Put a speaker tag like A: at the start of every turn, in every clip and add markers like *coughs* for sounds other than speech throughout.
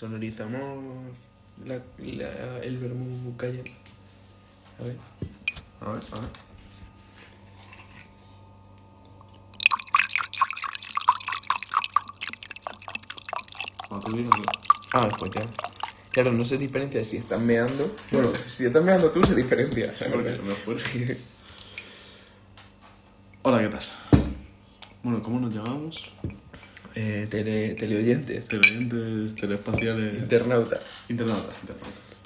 A: Sonorizamos la- la- el vermú calle. A ver.
B: A ver, a ver. Cuando tú digas que-
A: Ah, pues ya. Claro, no se diferencia si estás meando. Bueno, si estás meando tú se diferencia. ¿sabes?
B: Porque no me acuerdo. Hola, ¿qué tal? Bueno, ¿cómo nos llamamos?
A: eh, tele, teleoyentes,
B: Televidentes, teleespaciales,
A: internautas.
B: internautas, internautas.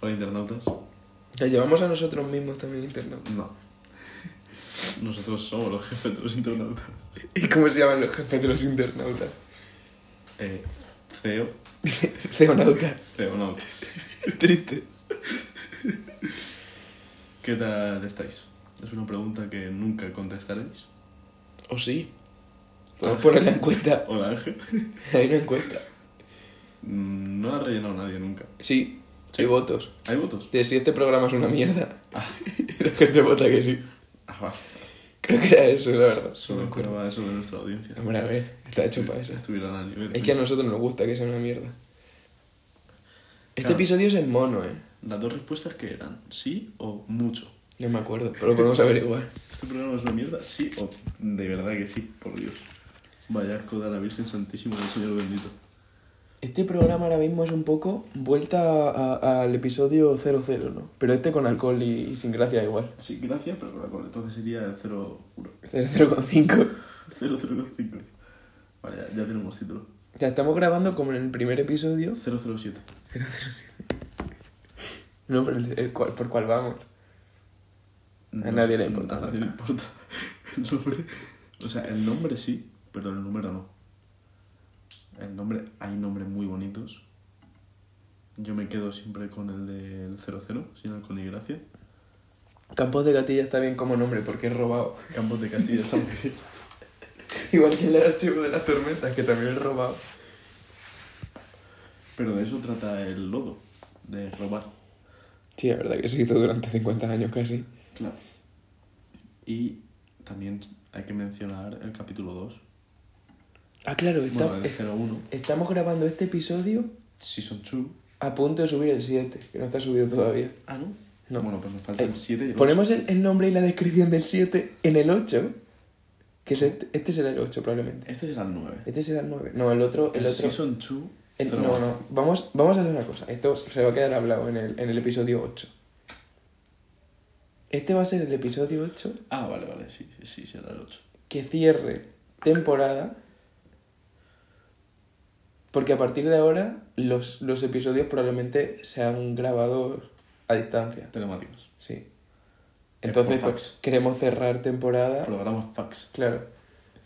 B: Hola, internautas.
A: ¿Nos llevamos a nosotros mismos también internautas. *laughs*
B: No. Nosotros somos los jefes de los internautas.
A: ¿Y cómo se llaman los jefes de los internautas?
B: Eh, CEO, *laughs*
A: Ceonautas.
B: E CEOnautas.
A: Triste.
B: ¿Qué tal estáis? Es una pregunta que nunca contestaréis.
A: ¿O sí? Podemos poner la encuesta.
B: Hola, Ángel.
A: *laughs* Hay una encuesta.
B: Mm, No la ha rellenado nadie nunca.
A: Sí, hay votos.
B: ¿Hay votos?
A: De si este programa es una mierda. *laughs* La gente vota que sí.
B: Ah, vale.
A: Creo que era eso, la verdad.
B: Solo
A: No me acuerdo.
B: prueba eso de nuestra audiencia.
A: Hombre, a ver, está hecho para eso.
B: Estuvieran al nivel.
A: Es que a nosotros nos gusta que sea una mierda. Este
B: Claro.
A: episodio es en mono, ¿eh?
B: Las dos respuestas que eran sí o mucho.
A: No me acuerdo, pero lo podemos averiguar.
B: ¿Este programa es una mierda? Sí o de verdad que sí, por Dios. Vaya asco de la Virgen Santísima del Señor bendito.
A: Este programa ahora mismo es un poco vuelta a- a- al episodio 00, ¿no? Pero este con alcohol y, y sin gracia igual.
B: Sí, gracias, pero con la cola. Entonces sería el *laughs* 0 puro.
A: 0,5.
B: 005. Vale, ya, ya tenemos título.
A: Ya estamos grabando como en el primer episodio.
B: 007.
A: No, pero el, el cual- por cuál vamos. A nadie le importa.
B: A nadie le importa. *laughs* El nombre. O sea, el nombre sí, pero el número no. El nombre. Hay nombres muy bonitos. Yo me quedo siempre con el del 00, sin alcohol ni gracia.
A: Campos de Gatilla está bien como nombre porque es robado. *laughs*
B: Campos de Castilla está muy bien.
A: Igual que el archivo de las tormentas, que también es robado.
B: *laughs* Pero de eso trata el lodo, de robar.
A: Sí, la verdad que se hizo durante 50 años casi.
B: Claro. Y también hay que mencionar el capítulo 2.
A: Ah, claro, está-
B: Bueno, el
A: es-
B: 01,
A: estamos grabando este episodio
B: Season 2.
A: a punto de subir el 7, que no está subido todavía.
B: Ah, ¿no?
A: No.
B: Bueno, pues nos faltan
A: Eh,
B: 7 y el
A: Ponemos el, el nombre y la descripción del 7 en el 8, que es este, este será el 8
B: ocho.
A: probablemente.
B: Este será el 9.
A: Este será el 9. No, el otro, el otro.
B: Season 2.
A: el- no, no, vamos, vamos a hacer una cosa. Esto se va a quedar hablado en el, en el episodio 8. Este va a ser el episodio 8
B: Ah, vale, vale, sí, sí, sí, será el 8.
A: que cierre temporada. Porque a partir de ahora los, los episodios probablemente sean grabados a distancia.
B: Telemáticos.
A: Sí.
B: Eh,
A: Entonces
B: por
A: pues,
B: fax.
A: queremos cerrar temporada.
B: Programas fax.
A: Claro.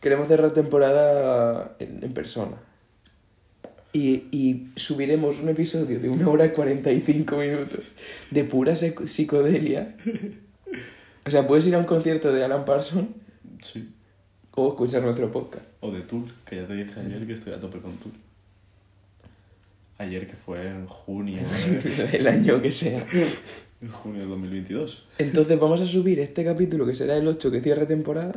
A: Queremos cerrar temporada en, en persona. Y, y subiremos un episodio de una hora y 45 minutos de pura psic- psicodelia. O sea, puedes ir a un concierto de Alan Parsons
B: Sí.
A: o escuchar nuestro podcast.
B: O de Tool, que ya te dije ayer que estoy a tope con Tool. Ayer que fue
A: *laughs*
B: en junio. de-
A: el año que sea.
B: en junio del 2022.
A: Entonces vamos a subir este capítulo que será el 8 que cierra temporada.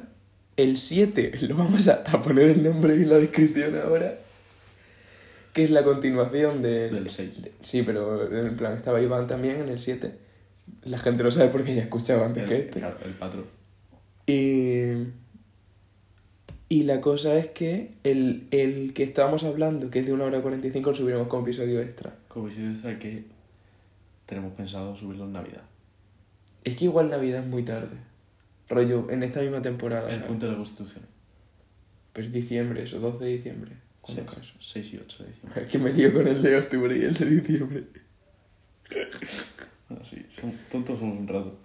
A: El 7 lo vamos a, a poner el nombre y la descripción ahora. Que es la continuación del...
B: Del 6.
A: de- sí, pero en plan estaba Iván también en el 7. La gente lo sabe porque ya escuchaba antes que
B: El,
A: este.
B: claro, el patrón.
A: Y, y la cosa es que el, el que estábamos hablando, que es de 1 hora 45, lo subiremos con episodio extra.
B: Como si extra que tenemos pensado subirlo en Navidad.
A: Es que igual Navidad es muy tarde. Rollo, en esta misma temporada.
B: El
A: ¿sabes?
B: puente de la Constitución.
A: Pues diciembre, eso, 12 de diciembre. ¿Cuándo
B: 6,
A: acaso?
B: y 8 de diciembre.
A: Es que me lío con el de octubre y el de diciembre.
B: Bueno, sí, son- tontos somos un rato.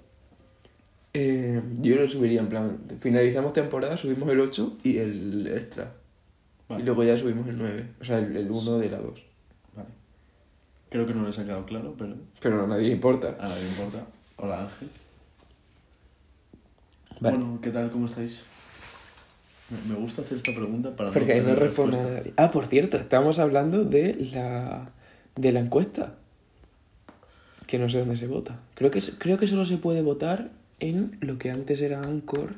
A: Eh, yo lo subiría en plan, finalizamos temporada, subimos el 8 y el extra.
B: Vale.
A: Y luego ya subimos el 9, o sea, el, el 1 de la 2.
B: Vale. Creo que no les ha quedado claro, pero
A: Pero a nadie le importa.
B: a nadie le importa. Hola Ángel.
A: Vale.
B: Bueno, ¿qué tal? ¿Cómo estáis? Me, me gusta hacer esta pregunta para
A: Porque ahí no
B: tener
A: responde
B: respuesta.
A: nadie. Ah, por cierto, estábamos hablando de la, de la encuesta. Que no sé dónde se vota. Creo que, creo que solo se puede votar en lo que antes era Anchor.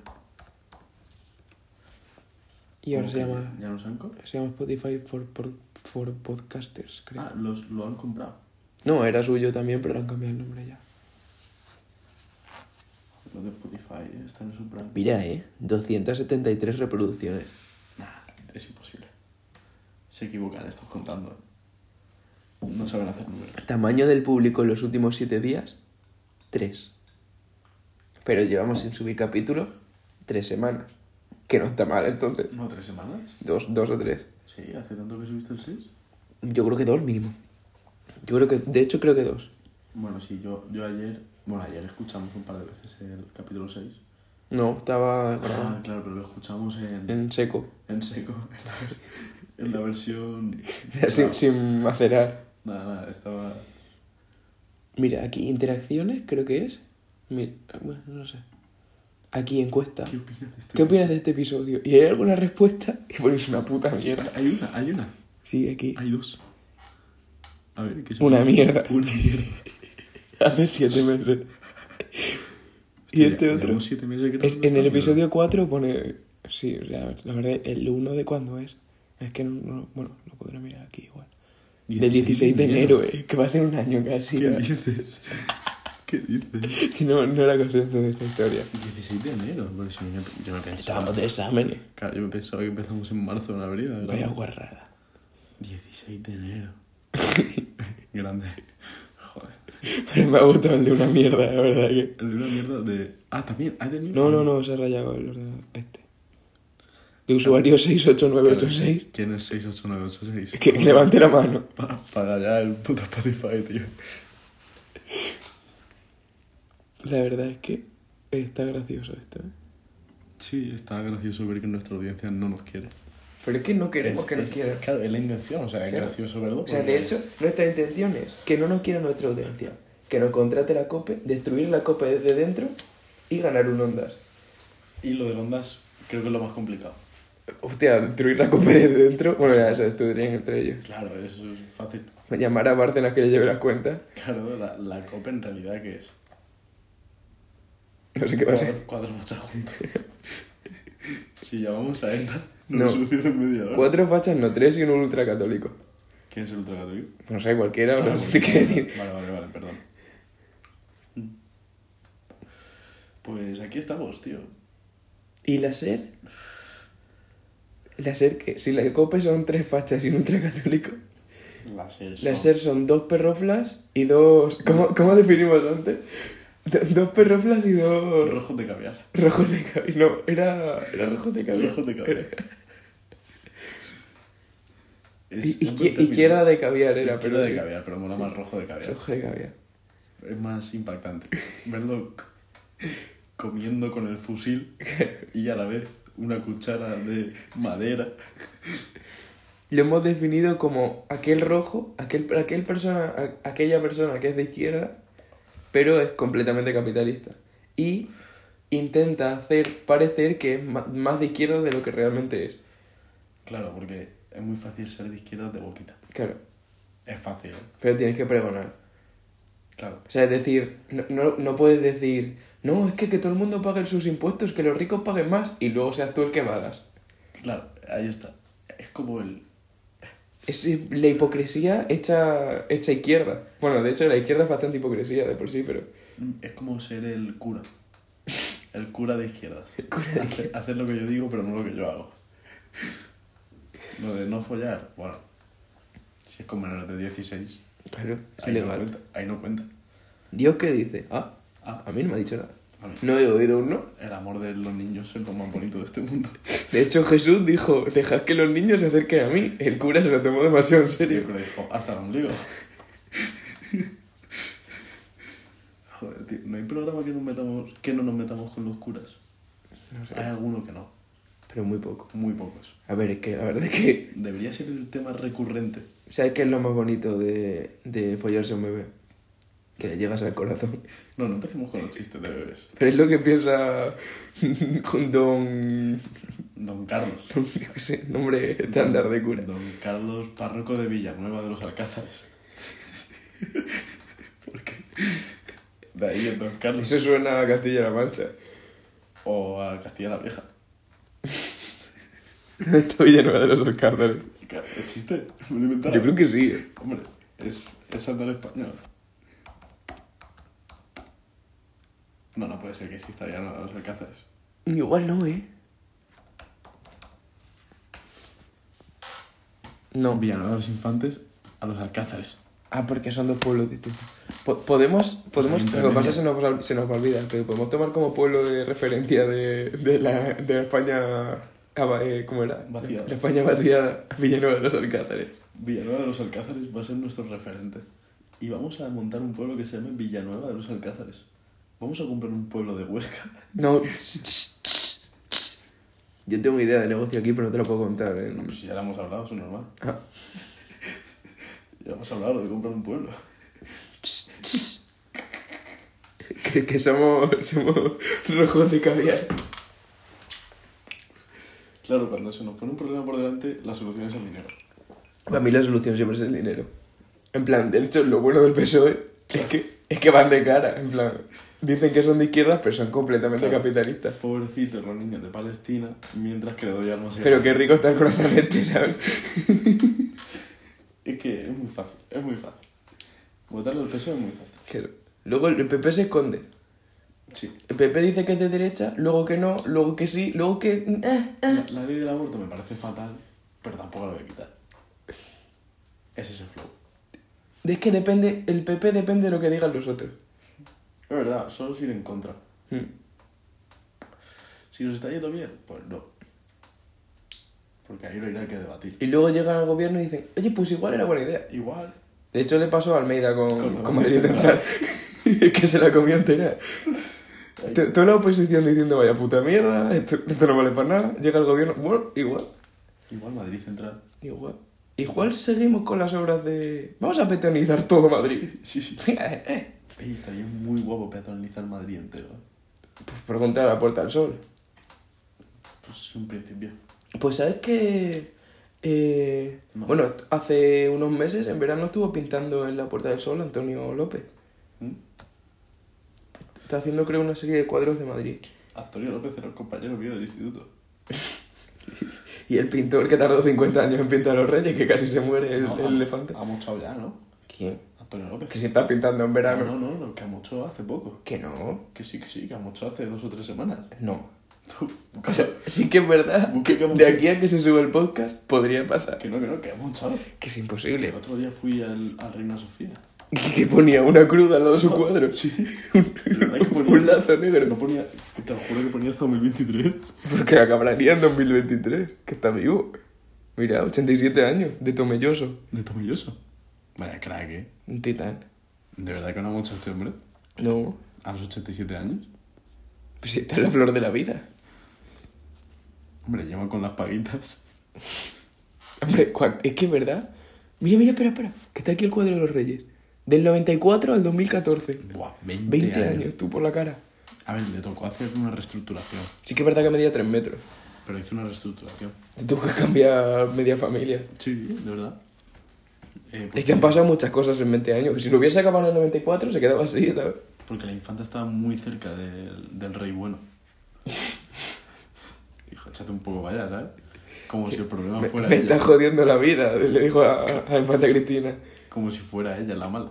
A: Y ahora
B: ¿Cómo
A: se
B: que
A: llama,
B: ¿Ya no se han comprado?
A: se llama Spotify for, por- for Podcasters, creo.
B: Ah, los, lo han comprado.
A: No, era suyo también, pero le han cambiado el nombre ya.
B: Lo de Spotify eh, está en su plan.
A: Mira, eh, 273 reproducciones.
B: Nah, es imposible. Se equivocan estos contando. eh. No saben hacer números.
A: Tamaño del público en los últimos 7 días, 3. Pero llevamos sin subir capítulo 3 semanas. Que no está mal entonces.
B: ¿No, tres semanas?
A: Dos, dos o tres.
B: Sí, hace tanto que subiste el 6.
A: Yo creo que dos mínimo. Yo creo que, de hecho creo que dos.
B: Bueno, sí, yo, yo ayer. Bueno, ayer escuchamos un par de veces el capítulo 6.
A: No, estaba grabado.
B: Ah, claro, pero lo escuchamos en,
A: en seco.
B: en seco, en la, vers- en la *laughs* versión.
A: Sin, sin macerar.
B: Nada, nada, estaba.
A: Mira, aquí interacciones creo que es. Mira, bueno, no sé. Aquí encuesta.
B: ¿Qué opinas de este
A: ¿Qué opinas de este episodio? ¿Y hay alguna respuesta? *laughs* Y ponéis una puta mierda.
B: episodio? Hay una, hay una,
A: Sí, aquí.
B: hay dos. A ver, ¿qué es?
A: Una mierda.
B: Una mierda.
A: Hace siete meses. Y este
B: Hostia,
A: otro.
B: llevamos siete meses grabando
A: Es, en
B: esta
A: el
B: mierda.
A: episodio 4 pone... Sí, o sea, la verdad, el 1 de cuándo es. Es que no, no- Bueno, lo podré mirar aquí igual. Del 16 de enero, eh, que va a hacer un año casi.
B: ¿Qué
A: ¿no?
B: dices? ¿Qué dices?
A: Que *laughs* no, no era consciente de esta historia.
B: 16 de enero, pero si yo, yo me pensaba.
A: Estábamos de exámenes.
B: Claro, yo me pensaba que empezamos en marzo o en abril. ¿verdad?
A: Vaya guarrada. *laughs*
B: 16 de enero. Grande. Joder.
A: Pero me ha gustado el de una mierda, la verdad que...
B: El de una mierda de. Ah, también. ¿Hay del mismo?
A: No, no, no, se ha rayado el ordenador este. De usuario 68986,
B: ¿Quién es 68986?
A: que, que levante la mano.
B: Pa- Para allá el puto Spotify, tío.
A: La verdad es que está gracioso esto, ¿eh?
B: Sí, está gracioso ver que nuestra audiencia no nos quiere.
A: Pero es que no queremos
B: Es-
A: que nos
B: es-
A: quieran.
B: Claro, es la intención, o sea, es
A: Claro.
B: gracioso verlo.
A: O sea,
B: porque-
A: de hecho, nuestra intención es que no nos quiera nuestra audiencia, que nos contrate la COPE, destruir la COPE desde dentro y ganar un Ondas.
B: Y lo de ondas creo que es lo más complicado.
A: Hostia, destruir la COPE desde dentro, bueno, ya se destruirían entre ellos.
B: Claro, eso es fácil.
A: Llamar a Bárcenas que le lleve las cuentas,
B: Claro, la, la copa en realidad que es.
A: no sé qué va a ser.
B: Cuatro, cuatro fachas juntas. *laughs* si llamamos a ETA,
A: No.
B: no, nos soluciona en media hora.
A: Cuatro fachas, no tres y un ultracatólico.
B: ¿Quién es el ultracatólico?
A: No sé, cualquiera,
B: Ah,
A: no
B: bueno,
A: sé qué
B: vale,
A: decir.
B: Vale, vale, vale, perdón. Pues aquí estamos, tío.
A: ¿Y la SER? ¿La SER qué? Si la COPE son tres fachas y un ultracatólico,
B: Láser.
A: la SER son dos perroflas y dos... ¿Cómo, cómo definimos antes? Do- dos perroflas y dos...
B: Rojos de caviar.
A: Rojo de cabello. No, era, era rojo de cabello.
B: Rojos de caviar.
A: *laughs*
B: Es
A: Y-
B: un buen
A: y-
B: término.
A: izquierda de caviar era,
B: Izquierda
A: pero
B: de
A: sí.
B: caviar, pero mola más rojo de caviar.
A: Rojo de caviar.
B: Es más impactante. Verlo c- comiendo con el fusil y a la vez una cuchara de madera.
A: Lo hemos definido como aquel rojo, aquel, aquel persona, a- aquella persona que es de izquierda, pero es completamente capitalista. Y intenta hacer parecer que es ma- más de izquierda de lo que realmente es.
B: Claro, porque es muy fácil ser de izquierda de boquita.
A: Claro,
B: Es fácil, ¿eh?
A: pero tienes que pregonar.
B: claro.
A: O sea, es decir, no, no, no puedes decir, no, es que, que todo el mundo pague sus impuestos, que los ricos paguen más, y luego seas tú el que vadas.
B: Claro, ahí está. Es como el...
A: Es la hipocresía hecha, hecha izquierda. Bueno, de hecho, la izquierda es bastante hipocresía de por sí, pero.
B: Es como ser el cura. El cura de izquierdas.
A: El *laughs* cura de
B: Hacer, hacer lo que yo digo, pero no lo que yo hago. Lo de no follar, bueno. Si es con menores de 16,
A: Claro, es
B: ahí no
A: ilegal.
B: cuenta. Ahí no cuenta.
A: ¿Dios qué dice? Ah,
B: Ah,
A: a mí no me ha dicho nada.
B: a mí.
A: No he oído un no.
B: El amor de los niños es lo más bonito de este mundo.
A: De hecho, Jesús dijo: Dejad que los niños se acerquen a mí. El cura se lo tomó demasiado en
B: Y yo
A: serio.
B: creo que dijo, hasta el ombligo. Joder, tío, no hay programa que, nos metamos, que no nos metamos con los curas.
A: No sé,
B: Hay alguno que no,
A: pero muy poco.
B: muy pocos.
A: A ver, es que la verdad es que.
B: Debería ser el tema recurrente.
A: ¿Sabes qué es lo más bonito de, de follarse a un bebé? Que le llegas al corazón.
B: No, no empecemos con los chistes de bebés.
A: Pero es lo que piensa *laughs* Don.
B: Don Carlos.
A: Yo qué sé, nombre estándar de cura.
B: Don Carlos, párroco de Villanueva de los Alcázares. *laughs* ¿Por qué? De ahí el Don Carlos.
A: Eso suena a *laughs* Castilla-La Mancha.
B: O a Castilla la Vieja.
A: Beto Villanueva de los Alcánzares.
B: ¿Existe? Me lo inventaron.
A: Yo creo que sí. eh.
B: Hombre, es, es Andorra español. No, no puede ser que exista ya no, los alcázares.
A: Igual no, ¿eh? No.
B: Villanueva de los infantes a los alcázares.
A: Ah, porque son dos pueblos distintos. Po- podemos, podemos,
B: Ahí
A: lo que pasa es
B: intermedio.
A: que se nos, va- se nos va a olvidar, pero podemos tomar como pueblo de referencia de, de, la, de la España... aba- eh, ¿Cómo era?
B: Vaciada.
A: La España vaciada, Villanueva de los Alcázares.
B: Villanueva de los Alcázares va a ser nuestro referente. Y vamos a montar un pueblo que se llame Villanueva de los Alcázares. Vamos a comprar un pueblo de Huesca.
A: No. Yo tengo una idea de negocio aquí, pero no te la puedo contar. ¿eh?
B: *laughs* No, pues ya lo hemos hablado, eso es normal.
A: Ah.
B: Ya hemos hablado de comprar un pueblo.
A: *laughs* Que, que somos, somos rojos de caviar.
B: Claro, cuando se nos pone un problema por delante, la solución es el dinero.
A: Para mí la solución siempre es el dinero. En plan, de hecho, lo bueno del PSOE E es que, es que van de cara. En plan, dicen que son de izquierdas, pero son completamente
B: Claro.
A: capitalistas.
B: Pobrecitos los niños de Palestina, mientras que le doy armas a
A: Pero
B: Irán.
A: qué rico está el croissant, ¿sabes?
B: Es que es muy fácil, es muy fácil. Votarle al PSOE es muy fácil.
A: Que- Luego el PP se esconde.
B: Sí.
A: El PP dice que es de derecha, luego que no, luego que sí, luego que... eh, eh.
B: La, la ley del aborto me parece fatal, pero tampoco la voy a quitar. Ese es el flow.
A: Es que depende, el PP depende de lo que digan los otros.
B: Es verdad, solo es ir en contra.
A: Mm.
B: Si nos está yendo bien, pues no. Porque ahí no hay nada que debatir.
A: Y luego llegan al gobierno y dicen, oye, pues igual era buena idea.
B: Igual.
A: De hecho, le pasó a Almeida con,
B: Con
A: con,
B: la
A: Madrid Central, *laughs*
B: Central.
A: que se la comió entera. To- Toda la oposición diciendo, vaya puta mierda, esto, esto no vale para nada. Llega el gobierno, bueno, igual.
B: Igual Madrid Central.
A: Igual. Igual seguimos con las obras de... Vamos a petonizar todo Madrid. *laughs*
B: Sí, sí.
A: Eh, eh.
B: Ahí estaría muy guapo peatonizar Madrid entero. ¿eh?
A: pues preguntar a la Puerta del Sol.
B: Pues es un principio.
A: Pues sabes que... eh,
B: No.
A: Bueno, hace unos meses, en verano, estuvo pintando en la Puerta del Sol Antonio López.
B: ¿Mm?
A: Está haciendo, creo, una serie de cuadros de Madrid.
B: Antonio López era el compañero mío del instituto.
A: Y el pintor que tardó 50 años en pintar los reyes, que casi se muere el,
B: No,
A: el
B: ha-
A: elefante.
B: Ha mochado ya, ¿no?
A: ¿Quién?
B: Antonio López. Ah,
A: Que se está pintando en verano.
B: No, no, no, que ha mochado hace poco.
A: Que no,
B: Que sí, que sí, que ha mochado hace dos o tres semanas. *laughs*
A: no.
B: Tú,
A: O sea, *laughs* sí que es verdad.
B: Busca
A: que
B: que
A: de
B: mucho-
A: aquí a que se sube el podcast, podría pasar.
B: que no, que no, que ha mochado.
A: Que es
B: El
A: imposible.
B: otro día fui al, al Reina Sofía.
A: *laughs* Que, que ponía una cruz al lado de su cuadro. *laughs*
B: *laughs* Sí.
A: Un lazo negro.
B: No ponía, que te lo juro que ponía hasta 2023.
A: Porque acabaría en 2023, que está vivo. Mira, 87 años, de Tomelloso.
B: De Tomelloso. Vaya crack, ¿eh?
A: Un titán.
B: ¿De verdad que no ha mochado este hombre?
A: No.
B: A los 87 años.
A: Pues si está en la flor de la vida.
B: Hombre, lleva con las paguitas.
A: Hombre, cua- es que es verdad. Mira, mira, espera, espera. Que está aquí el cuadro de los reyes. Del 94 al 2014.
B: Buah, 20,
A: 20 años, tú por la cara.
B: A ver, le tocó hacer una reestructuración.
A: Sí que es verdad que medía 3 metros.
B: Pero hizo una reestructuración.
A: Te tuvo que cambiar media familia.
B: Sí, de verdad. Eh,
A: Es que han pasado muchas cosas en 20 años. que Si lo hubiese acabado en el 94, se quedaba así, ¿sabes?
B: Porque la infanta estaba muy cerca del, del
A: *laughs*
B: rey bueno. Dijo, échate un poco para allá, ¿sabes? Como si el problema
A: Me,
B: Ah, fuera
A: me
B: ella.
A: está jodiendo la vida, le dijo a, a Infanta Cristina.
B: Como si fuera ella la mala.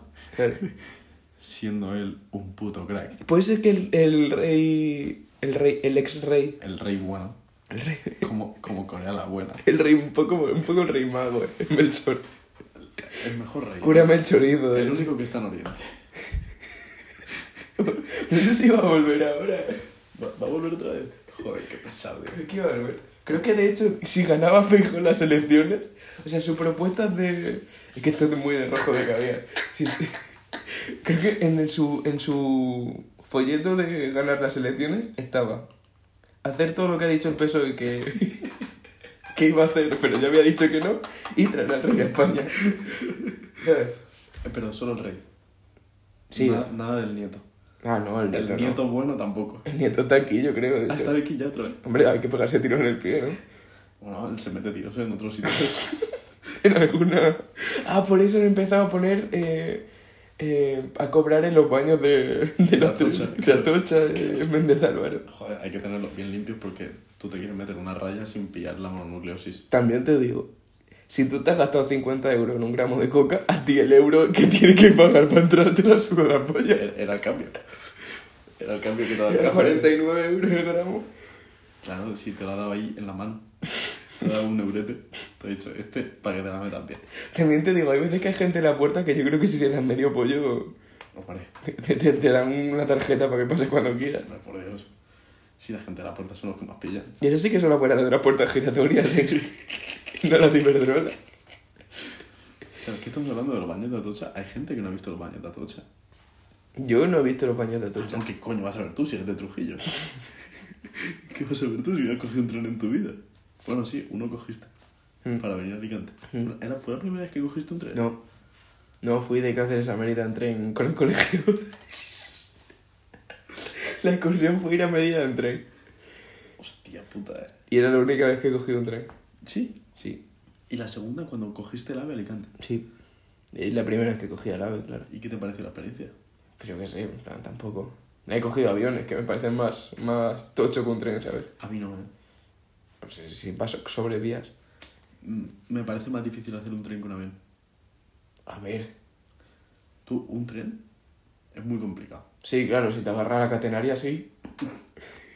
B: Siendo él un puto crack.
A: Puede ser que el, el rey. El rey. El ex rey.
B: El rey bueno.
A: El rey.
B: Como, como Corea la buena.
A: El rey, un poco, un poco el rey mago, eh, Melchor. ¿eh?
B: El mejor rey.
A: Cúrame el chorizo. de
B: El
A: hecho.
B: único que está en Oriente.
A: No sé si va a volver ahora.
B: ¿Va, va a volver otra vez? Joder, qué pesado. eh. tío.
A: Creo que iba a volver. Creo que de hecho, si ganaba Feijóo las elecciones, o sea, su propuesta de. Es que esto es muy de rojo de caviar. Sí, sí. Creo que en, el- su, en su folleto de ganar las elecciones estaba hacer todo lo que ha dicho el PSOE E que, que iba a hacer, pero ya había dicho que no, y traer al rey a España. ¿Sabes?
B: Eh, Pero solo el rey.
A: Sí.
B: Nada, nada del nieto.
A: Ah, no, el
B: El
A: nieto. no.
B: nieto bueno tampoco.
A: El nieto está aquí, yo creo. de
B: Ah,
A: hecho.
B: está aquí ya otra vez.
A: Hombre, hay que pegarse tiros en el pie, ¿no?
B: Bueno, él se mete tiros en
A: *laughs*
B: otros sitios.
A: en alguna. Ah, por eso he empezado a poner eh, eh, a cobrar en los baños de, de la,
B: La
A: tocha,
B: Tocha.
A: la tocha de Méndez Álvaro.
B: Joder, hay que tenerlos bien limpios porque tú te quieres meter una raya sin pillar la mononucleosis.
A: También te digo, si tú te has gastado 50 euros en un gramo de coca, a ti el euro que tienes que pagar para entrar te la suda la polla.
B: Er, Era, era el cambio. Era el cambio que te daba el
A: Era
B: cambio.
A: 49 euros el gramo.
B: Claro, si te lo ha dado ahí en la mano. Te ha dado un neurete. Te ha dicho, este, para que te la metas bien.
A: También te digo, hay veces que hay gente en la puerta que yo creo que si le das medio pollo,
B: Hombre,
A: te, te- te dan una tarjeta para que pases cuando quieras.
B: hombre, por Dios. Si la gente de la puerta son los que más pillan.
A: Y eso sí que son las buenas de las puertas *laughs* giratorias, ¿eh? no las de Iberdrola.
B: Claro, es que estamos hablando de los baños de Atocha. Hay gente que no ha visto los baños de Atocha.
A: Yo no he visto los baños de Atocha.
B: Ah, no, ¿Qué coño vas a ver tú si eres de Trujillo? *laughs* ¿Qué vas a ver tú si no has cogido un tren en tu vida? Bueno, sí, uno cogiste
A: Mm.
B: para venir a Alicante. ¿Era, ¿Fue la primera vez que cogiste un tren?
A: No. No fui de Cáceres a Mérida en tren con el colegio. *laughs* La excursión fue ir a Mérida en tren.
B: Hostia puta, eh.
A: Y era la única vez que he cogido un tren.
B: Sí.
A: Sí.
B: ¿Y la segunda cuando cogiste el ave a Alicante?
A: Sí. Es la primera vez que cogí el ave, claro.
B: ¿Y qué te pareció la experiencia?
A: Pero yo qué sé, en plan, tampoco. No he cogido aviones, que me parecen más, más tocho que un tren, ¿sabes?
B: A mí no, eh.
A: Pues si, si vas sobre vías.
B: Mm, Me parece más difícil hacer un tren que un avión.
A: A ver.
B: Tú, un tren es muy complicado.
A: Sí, claro, si te agarra la catenaria, sí.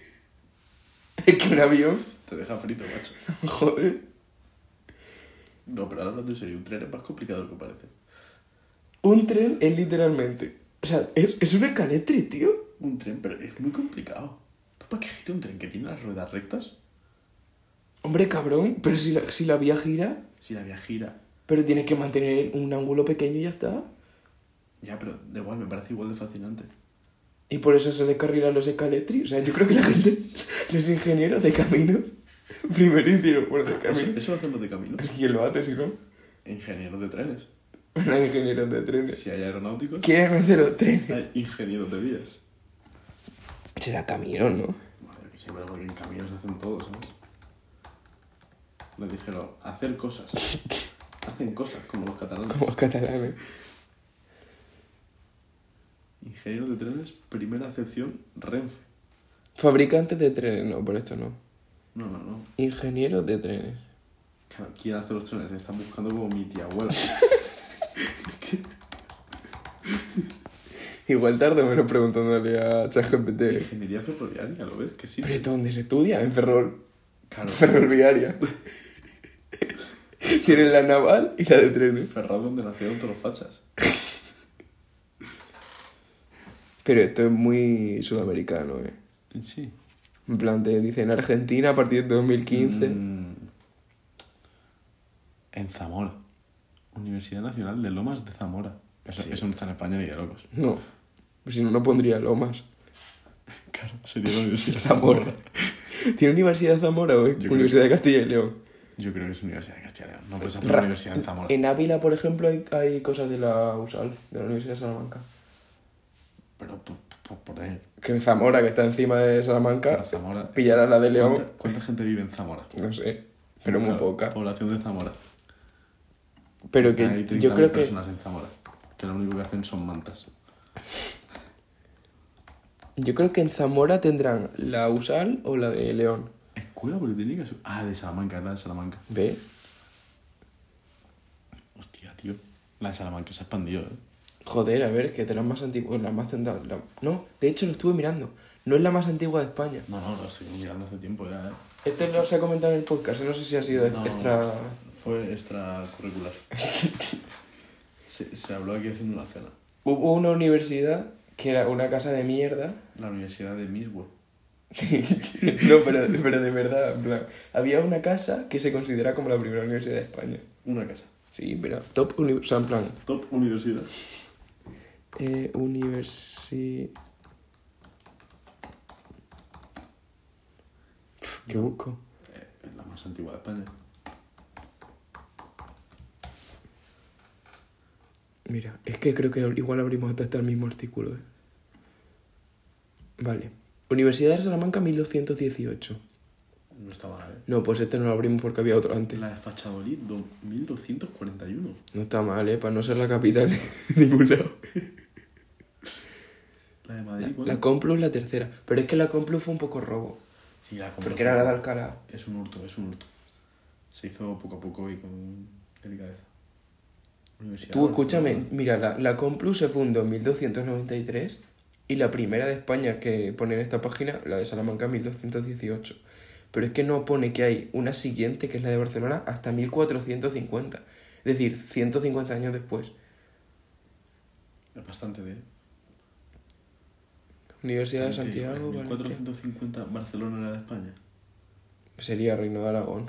A: *laughs* es que un avión. *laughs*
B: Te deja frito, macho.
A: Joder.
B: No, pero ahora hablando en serio, un tren es más complicado de lo que parece.
A: Un tren es literalmente. O sea, es, es un escaletre, tío.
B: Un tren, pero es muy complicado. ¿Tú para qué gira un tren que tiene las ruedas rectas?
A: Hombre, cabrón, pero si la, si la vía gira,
B: Si la vía gira.
A: pero tienes que mantener un ángulo pequeño y ya está.
B: Ya, pero da igual, me parece igual de fascinante.
A: Y por eso se descarrilan los escaletri. O sea, yo creo que la gente, *laughs* los ingenieros de camino, *laughs* primero hicieron por de
B: Eso,
A: camino.
B: eso lo hacemos de camino.
A: ¿Quién lo hace, si no?
B: Ingenieros de trenes.
A: No hay ingenieros de trenes.
B: Si hay aeronáuticos,
A: ¿Quieren hacer los trenes?
B: hay ingenieros de vías.
A: Será camino, ¿no?
B: Madre que sí, pero porque en caminos hacen todo, ¿sabes? Les dijeron, hacer cosas. Hacen cosas, como los catalanes.
A: *laughs* Como los catalanes.
B: Ingenieros de trenes, primera acepción, Renfe.
A: Fabricantes de trenes, no, por esto no.
B: No, no, no.
A: Ingenieros de trenes.
B: Claro, ¿quién hace los trenes? Están buscando como mi tía abuela.
A: Igual tarde menos preguntándole a ChatGPT.
B: Ingeniería ferroviaria, ¿lo ves? Que sí.
A: ¿Pero esto dónde se estudia? En Ferrol. *laughs*
B: Claro,
A: Ferroviaria. Tienen la naval y la de trenes.
B: Ferrado donde nacieron todos los fachas.
A: Pero esto es muy sudamericano, ¿eh?
B: Sí.
A: En plan, te dicen Argentina a partir de 2015.
B: Mm. En Zamora. Universidad Nacional de Lomas de Zamora. Eso, eso no está en España ni de locos.
A: No. Si no, no pondría Lomas.
B: Claro, sería
A: *laughs*
B: la Universidad de
A: Zamora.
B: Zamora.
A: ¿Tiene Universidad de Zamora o
B: creo
A: Universidad de Castilla y León?
B: Yo creo que es Universidad de Castilla y León. No puedes hacer
A: Ra-
B: una universidad en Zamora.
A: En Ávila, por ejemplo, hay, hay cosas de la USAL, de la Universidad de Salamanca.
B: Pero por, por, por ahí.
A: Que en Zamora, que está encima de
B: Pero
A: Salamanca,
B: Zamora.
A: pillará la de León.
B: ¿Cuánta, cuánta gente vive en Zamora?
A: No sé. Pero muy
B: Claro,
A: poca.
B: Población de Zamora.
A: Pero
B: Hay
A: que
B: 30.000
A: yo creo que.
B: personas en Zamora. Que lo único que hacen son mantas.
A: Yo creo que en Zamora tendrán la USAL o la de León.
B: ¿Escuela Politécnica? Su- Ah, de Salamanca, es la de Salamanca.
A: ¿Ve?
B: Hostia, tío. La de Salamanca se ha expandido, ¿eh?
A: Joder, a ver, que de las más antiguas, las más tendrán. la- No, de hecho lo estuve mirando. No es la más antigua de España.
B: No, no, lo estoy mirando hace tiempo ya, ¿eh?
A: Este lo se ha comentado en el podcast, no sé si ha sido
B: No.
A: extra.
B: Fue extracurricular. *laughs* se, se habló aquí haciendo una cena.
A: Hubo una universidad que era una casa de mierda.
B: La Universidad de Miswe.
A: no, pero, pero de verdad, en plan. Había una casa que se considera como la primera universidad de España.
B: Una casa.
A: Sí, pero top uni- O sea, en plan.
B: Top universidad.
A: Eh, universi... Pf, ¿Qué busco?
B: Eh, es la más antigua de España.
A: Mira, es que creo que igual abrimos hasta este mismo artículo. ¿eh? Vale. Universidad de Salamanca 1218.
B: No está mal, ¿eh?
A: No, pues este no lo abrimos porque había otro antes.
B: La de Fachadolid, 2241.
A: *laughs* No está mal, ¿eh? Para no ser la capital de ningún lado.
B: La de
A: La,
B: Madrid,
A: la
B: bueno.
A: Complus la tercera. Pero es que la Complus fue un poco robo.
B: Sí, la compró.
A: Porque era la de Alcalá.
B: Es un hurto, es un hurto. Se hizo poco a poco y con delicadeza. Universidad
A: Tú
B: de
A: escúchame,
B: Barcelona.
A: mira, la, la Complus se fundó en 1293 y la primera de España que pone en esta página, la de Salamanca, 1218. Pero es que no pone que hay una siguiente, que es la de Barcelona, hasta 1450. Es decir, 150 años después.
B: Es bastante de.
A: Universidad de
B: Te digo,
A: Santiago,
B: en
A: Valencia.
B: 1450 Barcelona era de España.
A: Sería Reino de Aragón.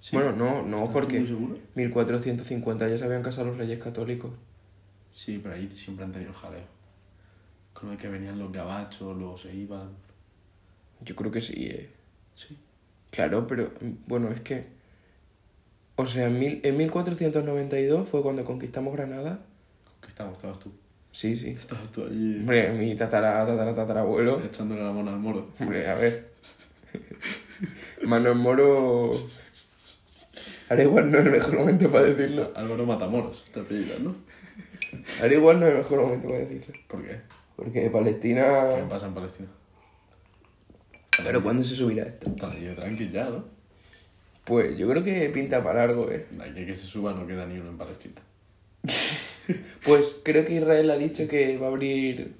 B: Sí.
A: Bueno, no, no,
B: ¿Estás tú
A: porque
B: muy seguro?
A: 1450 ya se habían casado los reyes católicos.
B: Sí, pero ahí siempre han tenido jaleo. Con lo que venían los gabachos, luego se iban.
A: Yo creo que sí, eh.
B: Sí.
A: Claro, pero mm, bueno, es que. O sea, en, mil- en 1492 fue cuando conquistamos Granada.
B: ¿Con qué estabas? Estabas tú.
A: Sí, sí.
B: Estabas tú allí
A: Hombre, mi tatara, tatara, tatarabuelo.
B: echándole la mano al moro.
A: Hombre, a ver. *laughs* Manuel Moro. Ahora igual no es el mejor momento para decirlo.
B: Álvaro Matamoros, te apellidas, ¿no?
A: Ahora igual no es el mejor momento para decirlo.
B: ¿Por qué?
A: Porque
B: ¿Qué
A: Palestina.
B: pasa en Palestina?
A: Pero ¿cuándo se subirá esto?
B: Está yo tranquilo ya, ¿no?
A: Pues yo creo que pinta para largo, eh.
B: De Aquí a que se suba no queda ni uno en Palestina.
A: Pues creo que Israel ha dicho que va a abrir.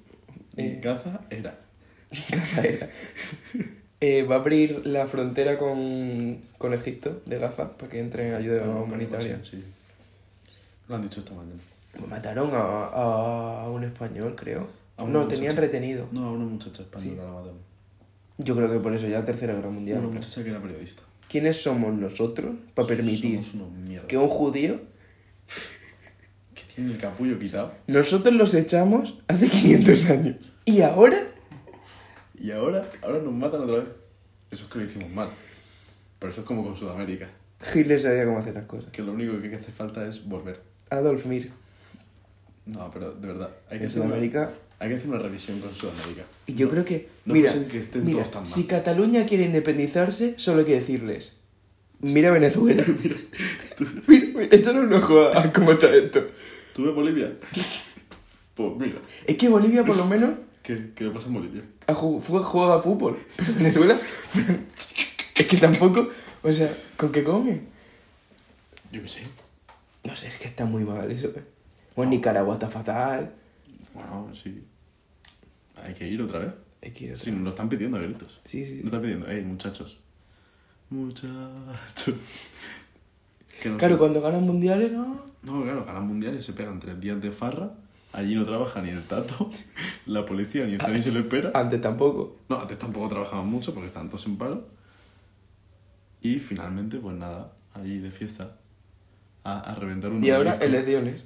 A: eh,
B: Gaza era.
A: Gaza era. Eh, va a abrir la frontera con, con Egipto, de Gaza, para que entren ayuda humanitaria.
B: Sí. Lo han dicho esta mañana.
A: Pues mataron a, a un español, creo.
B: A un
A: no, tenían
B: muchacho.
A: retenido.
B: No, a una muchacha española la mataron.
A: Yo creo que por eso ya Tercera Guerra Mundial.
B: Una
A: ¿no?
B: muchacha que era periodista.
A: ¿Quiénes somos nosotros para permitir
B: Somos unos mierda.
A: que un judío...
B: Que tiene el capullo quitado.
A: Nosotros los echamos hace 500 años. Y ahora...
B: Y ahora, ahora nos matan otra vez. Eso es que lo hicimos mal. Pero eso es como con Sudamérica.
A: Hitler sabía cómo hacer las cosas.
B: Que lo único que hace falta es volver.
A: Adolf, Mir.
B: No, pero de verdad. Hay que,
A: En
B: hacer una,
A: Sudamérica...
B: hay que hacer una revisión con Sudamérica.
A: Y yo creo que.
B: no
A: mira,
B: piensen que estén
A: mira,
B: todos tan mal.
A: si Cataluña quiere independizarse, solo hay que decirles: Mira
B: *laughs*
A: Venezuela. mira, mira, échale un ojo a, a cómo está esto.
B: ¿Tú ves Bolivia? *laughs* pues mira,
A: Es que Bolivia, por lo menos,
B: ¿qué, qué le pasa en Bolivia?
A: ha ju- fue- juega fútbol. Pero Venezuela. *laughs* es que tampoco. O sea, ¿con qué comen?
B: Yo qué sé.
A: No sé, es que está muy mal eso. eh. Bueno, Nicaragua está fatal.
B: Bueno, sí. Hay que ir otra vez.
A: Es que-
B: Sí, nos lo están pidiendo a gritos.
A: Sí, sí.
B: Nos están pidiendo, hey, muchachos. Muchachos. *laughs* Que no
A: Claro,
B: sé.
A: cuando ganan mundiales, no.
B: No, claro, ganan mundiales, se pegan tres días de farra. Allí no trabaja ni el tato, *laughs* la policía, ni está ni se lo espera.
A: Antes tampoco.
B: No, antes tampoco trabajaban mucho porque estaban todos en paro. Y finalmente, pues nada, allí de fiesta. A, a reventar un
A: Y ahora,
B: disco.
A: elecciones.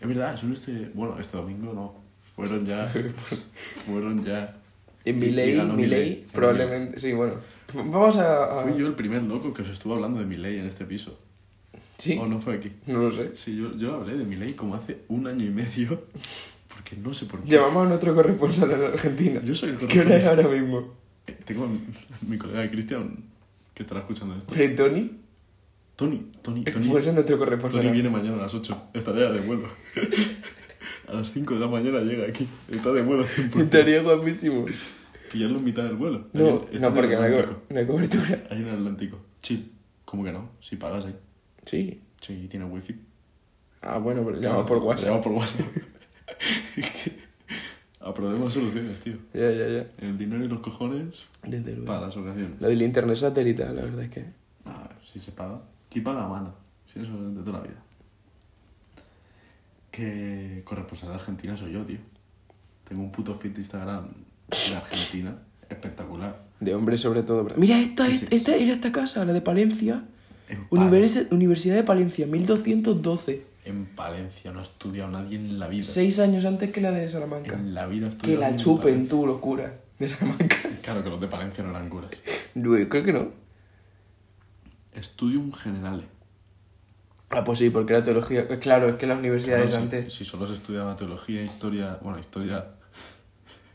B: Es verdad, son este. Bueno, este domingo no. Fueron ya.
A: *laughs*
B: fueron ya.
A: En
B: Y- y
A: Milei,
B: ganó
A: Milei,
B: Milei.
A: probablemente, sí, bueno. Vamos a... a-
B: Fui yo el primer loco que os estuvo hablando de mi ley en este piso.
A: Sí,
B: ¿O no fue aquí?
A: no lo sé.
B: Sí, yo, yo hablé de mi ley como hace un año y medio. *laughs* Porque no sé por qué.
A: Llamamos a nuestro corresponsal en Argentina.
B: Yo soy el
A: ¿Qué hora es
B: corresponsal.
A: ahora mismo?
B: Eh, Tengo *laughs* a mi, a mi colega Cristian que estará escuchando esto.
A: ¿Pero Tony?
B: Tony, Tony, Tony.
A: Pues es nuestro
B: Tony
A: corresponsal.
B: viene mañana a las 8. Estará de vuelo. *laughs* a las 5 de la mañana llega aquí. Está de vuelo 100%.
A: Estaría guapísimo.
B: Pillarlo en mitad del vuelo. Ahí
A: No,
B: está en
A: no,
B: el
A: porque no hay,
B: Atlántico.
A: co- no hay cobertura.
B: Hay en el Atlántico. Chill. ¿Cómo que no? Si pagas ahí.
A: Sí.
B: Sí, tiene wifi.
A: Ah, bueno, pero llamamos por WhatsApp.
B: Llama por WhatsApp. *laughs* Es que ah, A problemas soluciones, tío.
A: Ya, ya, ya.
B: El dinero y los cojones
A: Desde luego.
B: para las ocasiones.
A: Lo del internet satelital, la verdad es que...
B: Ah, si se paga. Aquí paga a mano. Si eso es de toda la vida. Que corresponsal de Argentina soy yo, tío. Tengo un puto feed de Instagram de Argentina. Espectacular.
A: De hombres sobre todo. pero- Mira esta,
B: Que
A: es-
B: sí,
A: esta, era esta casa, la de Palencia.
B: En, Pal-
A: Univers- Universidad de Palencia, 1212.
B: en Palencia no ha estudiado nadie en la vida.
A: Seis años antes que la de Salamanca.
B: En la vida ha
A: Que
B: estudiado
A: la
B: nadie en
A: chupen tú, locura. *laughs* De Salamanca.
B: Palencia. Claro que los de Palencia no eran curas.
A: No, yo creo que no.
B: Estudium generale.
A: Ah, pues sí, porque la teología. eh, Claro, es que las
B: Claro,
A: universidades
B: si-
A: antes.
B: Si solo se estudiaba teología, historia. Bueno, historia.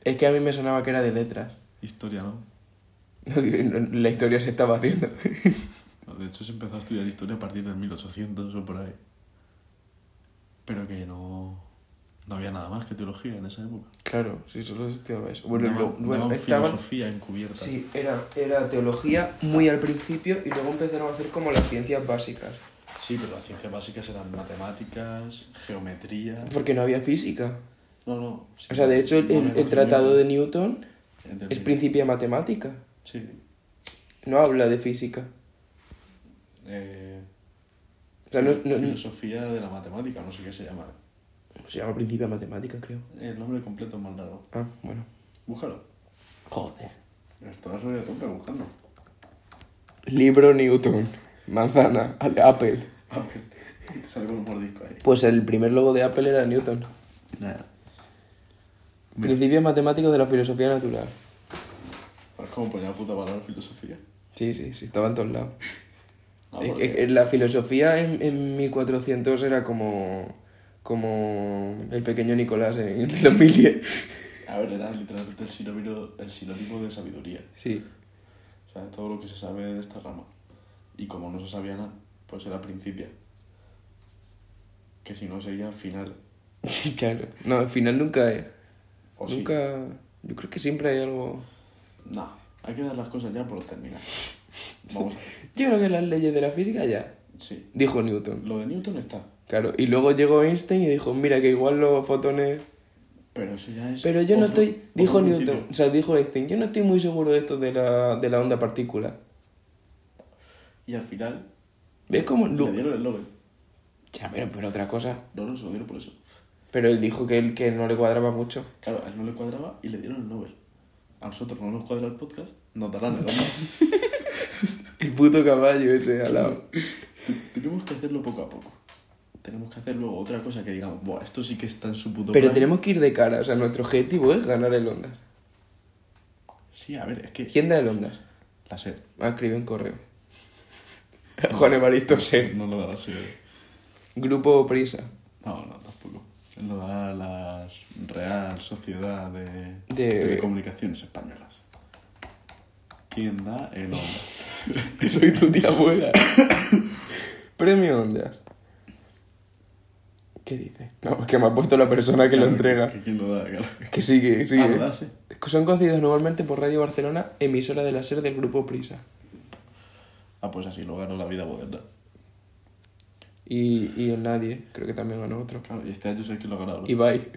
A: Es que a mí me sonaba que era de letras. *laughs*
B: Historia, ¿no?
A: La historia se estaba haciendo. *laughs*
B: No, De hecho, se empezó a estudiar historia a partir del 1800 o por ahí. Pero que no. No había nada más que teología en esa época.
A: Claro, sí, solo se estudiaba eso. Bueno,
B: Daban-
A: lo- bueno,
B: daban
A: estaban...
B: filosofía encubierta.
A: Sí, era, era teología muy al principio y luego empezaron a hacer como las ciencias básicas.
B: Sí, pero las ciencias básicas eran matemáticas, geometría.
A: Porque no había física.
B: No, no. sí.
A: O sea, de hecho, el,
B: No
A: el-
B: había
A: el tratado de
B: conocimiento.
A: Newton
B: El del
A: es
B: Newton.
A: principio matemática.
B: Sí.
A: No habla de física.
B: Eh,
A: O sea, no, no- no-
B: filosofía de la matemática, no sé qué se llama.
A: se llama principio matemática, creo.
B: El nombre completo es más largo.
A: Ah, bueno.
B: Búscalo.
A: Joder.
B: Estarás sobre la tumba buscando. *laughs*
A: Libro Newton. Manzana. A- Apple.
B: Apple. Y Te sale con un mordisco ahí.
A: Pues el primer logo de Apple era Newton.
B: Nada.
A: Principios matemáticos de la filosofía natural.
B: Es como poner la puta palabra filosofía.
A: Sí, sí, sí, estaba en todos lados.
B: No,
A: Es-
B: porque-
A: es- es- la filosofía en, en 1400 era como, como el pequeño Nicolás en 2010.
B: A ver, era literalmente el sinónimo, el sinónimo de sabiduría.
A: Sí.
B: O sea, todo lo que se sabe de esta rama. Y como no se sabía nada, pues era principia. Que si no sería final.
A: *laughs* claro. No, al final nunca es. Oh,
B: O sí.
A: nunca... Yo creo que siempre hay algo...
B: No, hay que dar las cosas ya por terminar. Vamos a ver.
A: Yo creo que las leyes de la física ya.
B: Sí.
A: Dijo Newton.
B: Lo de Newton está.
A: Claro. Y luego llegó Einstein y dijo, mira que igual los fotones...
B: Pero eso ya es.
A: Pero yo no
B: otro-
A: estoy... Dijo
B: otro
A: Newton.
B: principio.
A: O sea, dijo Einstein. Yo no estoy muy seguro de esto de la, de la onda partícula.
B: Y al final.
A: ¿Ves cómo...?
B: Le
A: Lu-
B: dieron el Nobel.
A: Ya, pero, pero otra cosa.
B: No, no, se lo dieron por eso.
A: Pero él dijo que, él, que no le cuadraba mucho.
B: Claro, a él no le cuadraba y le dieron el Nobel. A nosotros no nos cuadra el podcast, nos darán el Nobel.
A: *laughs* El puto caballo ese al lado.
B: tenemos que hacerlo poco a poco. Tenemos que hacer luego otra cosa que digamos, Buah, esto sí que está en su puto
A: Pero
B: plan".
A: tenemos que ir de cara. O sea, nuestro objetivo es ganar el Ondas.
B: Sí, a ver, es que.
A: ¿Quién da el Ondas?
B: La SER.
A: Ah, escribe un *laughs* correo. Juan Evaristo Ser.
B: Eh, No lo da la SER.
A: Grupo Prisa.
B: No, no, tampoco. Lo da la Real Sociedad de,
A: De-
B: Telecomunicaciones Españolas. ¿Quién da el Ondas?
A: *laughs* Soy tu tía abuela. *laughs* Premio Ondas. ¿Qué dice? No, es que me ha puesto la persona *laughs* que lo *laughs*
B: Claro,
A: entrega.
B: que ¿Quién lo da? Claro.
A: Que sigue,
B: Ah, lo
A: sigue.
B: da, sí.
A: Son concedidos normalmente por Radio Barcelona, emisora de la SER del Grupo Prisa.
B: Ah, pues así lo ganó la vida moderna.
A: Y, y el Nadie, creo que también ganó otro.
B: Claro, y este año sé quién lo ha ganado. ¿no?
A: Ibai.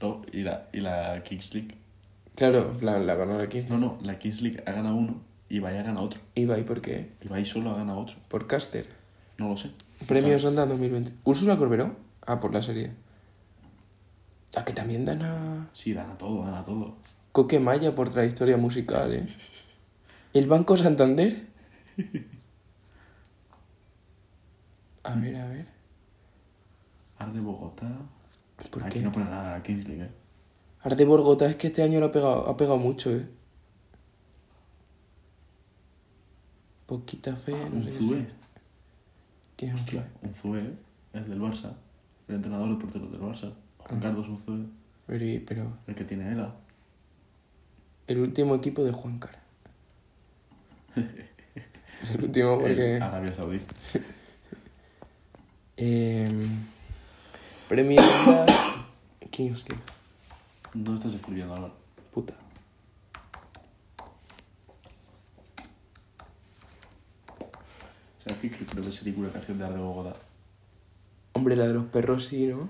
B: No, y la, y la Kings League.
A: Claro, en plan, la ganó aquí.
B: No, no, la Kings League ha ganado uno y Ibai ha ganado otro.
A: Ibai, ¿por qué?
B: Ibai solo ha ganado otro.
A: Por Caster.
B: No lo sé.
A: Premios Onda 2020. ¿Úrsula Corberó? Ah, por la serie. Ah, que también dan a...
B: Sí, gana todo, gana todo.
A: Coque Maya por trayectoria musical, ¿eh? ¿El Banco Santander? A ver, a ver.
B: Arde Bogotá.
A: ¿Por
B: Aquí
A: qué?
B: no pone nada la Kings League, eh.
A: Arte Borgota, es que este año lo ha pegado, ha pegado mucho, ¿eh? Poquita fe,
B: Ah,
A: no
B: un
A: sé.
B: Zue.
A: ¿Quién es
B: Hostia, un Zue, el del Barça. El entrenador de porteros del Barça.
A: Ah.
B: Juan Carlos Unzue,
A: Pero, pero
B: el que tiene ELA.
A: el último equipo de Juan *laughs* Cara. Es el último porque...
B: El Arabia Saudí.
A: Em, premio *coughs* Ondas... Kings League.
B: No estás escribiendo ahora.
A: Puta.
B: ¿Sabes qué? Creo que sería una canción de Arde Bogotá.
A: Hombre, la de los perros sí, ¿no?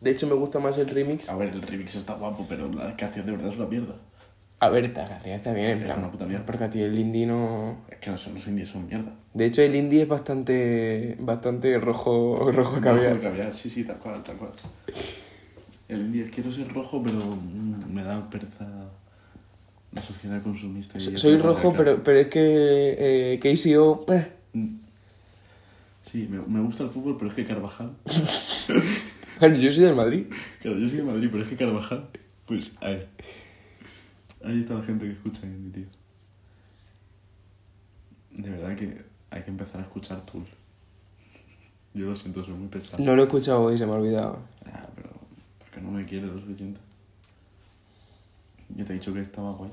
A: De hecho, me gusta más el remix.
B: A ver, el remix está guapo, pero la canción de verdad es una mierda.
A: A ver, esta canción está bien, en
B: Es
A: plan.
B: una puta mierda.
A: Porque a ti el indie no...
B: Es que no son los indies, son mierda.
A: De hecho, el indie es bastante... Bastante rojo... *laughs* Rojo
B: Rojo
A: caviar.
B: de caviar, sí, sí, tal cual, tal cual. El indie, quiero ser rojo, pero mm, me da pereza la sociedad consumista. y
A: So-
B: ya
A: Soy
B: tengo
A: rojo,
B: acá.
A: pero, pero es que... Eh, KCO... eh,
B: Mm. Sí, me, me gusta el fútbol, pero es que Carvajal.
A: Bueno, yo soy del Madrid.
B: Claro, yo soy de Madrid, pero es que Carvajal. Pues ahí. Ahí está la gente que escucha indie, tío. De verdad que hay que empezar a escuchar Tool. Yo lo siento, soy muy pesado.
A: No lo he escuchado hoy, se me ha olvidado.
B: Ah, pero porque no me quieres lo suficiente. Yo te he dicho que estaba guay.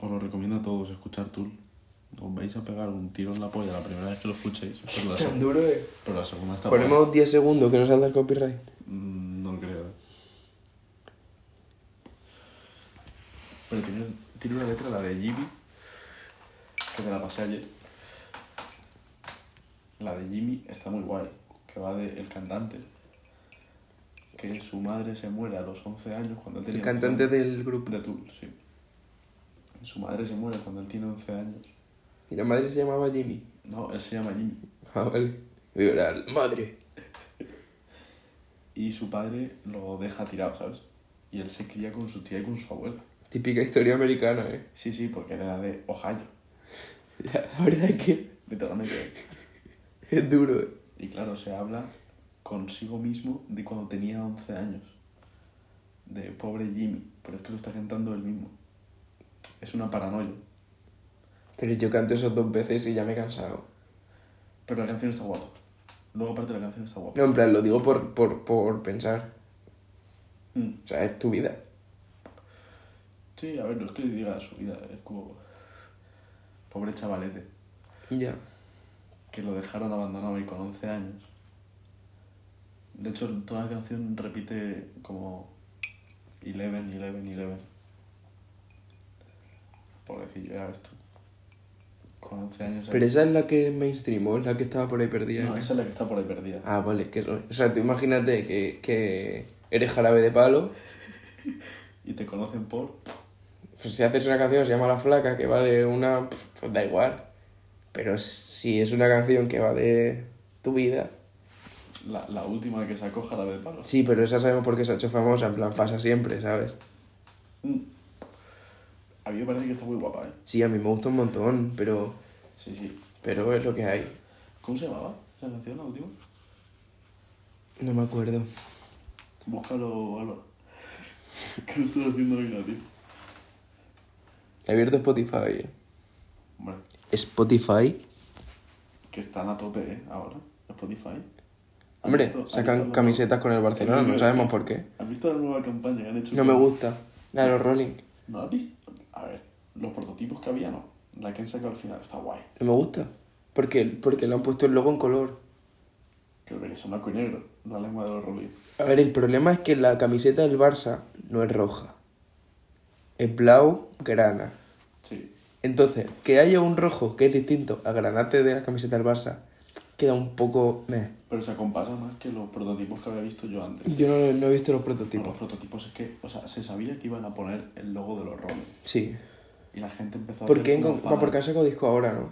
B: Os lo recomiendo a todos escuchar Tool. Os vais a pegar un tiro en la polla la primera vez que lo escuchéis. Pero la, seg-
A: duro, eh.
B: pero la segunda está guay.
A: Ponemos 10 segundos que no salga el copyright.
B: Mm, No creo. Tiene una letra, la de Jimmy, que me la pasé ayer. La de Jimmy está muy guay, que va de el cantante, que su madre se muere a los 11 años cuando él
A: El
B: tenía 11
A: cantante
B: años.
A: del grupo.
B: De Tool, sí. Su madre se muere cuando él tiene 11 años.
A: Y la madre se llamaba Jimmy.
B: No, él se llama Jimmy.
A: Ah, vale. Voy a llorar. Madre.
B: Y su padre lo deja tirado, ¿sabes? Y él se cría con su tía y con su abuela.
A: Típica historia americana, ¿eh?
B: Sí, sí, porque era de Ohio,
A: La verdad es que
B: literalmente.
A: es duro, ¿eh?
B: Y claro, se habla consigo mismo de cuando tenía 11 años. De pobre Jimmy. Pero es que lo está cantando él mismo. Es una paranoia.
A: Pero yo canto esos dos veces y ya me he cansado.
B: Pero la canción está guapa. Luego, aparte, la canción está guapa.
A: No, en plan, lo digo por, por, por pensar.
B: Mm.
A: O sea, es tu vida.
B: Sí, a ver, no es que le diga su vida. Es como. Pobre chavalete.
A: Ya.
B: que lo dejaron abandonado ahí con 11 años. De hecho, toda la canción repite como 11, 11, 11. Por decir, ya ves tú. Con 11 años.
A: Pero esa es la que mainstreamó, es la que estaba por ahí perdida.
B: No,
A: ¿no?
B: esa es la que está por ahí perdida.
A: Ah, vale. Que, o sea, tú imagínate que, que eres jarabe de palo.
B: Y te conocen por.
A: Pues si haces una canción que se llama La Flaca, que va de una... pff, Pues da igual. Pero si es una canción que va de tu vida...
B: La, la última que sacó Jarabe de Palo.
A: Sí, pero esa sabemos por qué se ha hecho famosa, en plan pasa siempre, ¿sabes?
B: Mm. A mí me parece que está muy guapa, ¿eh?
A: Sí, a mí me gusta un montón, pero,
B: Sí, sí.
A: pero es lo que hay.
B: ¿Cómo se llamaba esa canción, la última?
A: No me acuerdo.
B: Búscalo, Álvaro. *laughs* que no estoy haciendo nada, tío.
A: He abierto Spotify. eh.
B: Hombre.
A: Spotify.
B: que están a tope, ¿eh? Ahora, Spotify. ¿Has
A: Hombre,
B: visto- has visto
A: sacan
B: la-
A: camisetas con el Barcelona, no sabemos por qué.
B: ¿Has visto la nueva campaña que han hecho?
A: No me gusta. A los Rolling.
B: ¿No has visto? A ver, los prototipos que había, no. La que han sacado al final está guay.
A: No me gusta. Porque, porque le han puesto el logo en color.
B: Creo que son blanco y negro, la lengua de los Rolling.
A: A ver, el problema es que la camiseta del Barça no es roja. Es blau grana.
B: Sí.
A: Entonces, que haya un rojo que es distinto a granate de la camiseta del Barça, queda un poco... meh.
B: Pero se acompasa más que los prototipos que había visto yo antes.
A: Yo no, no he visto los
B: Bueno,
A: prototipos.
B: los prototipos es que, o sea, se sabía que iban a poner el logo de los Rolling.
A: Sí.
B: Y la gente empezó a
A: ¿Por
B: hacer
A: qué?
B: como
A: Con-
B: fan-
A: Porque han sacado disco ahora, ¿no?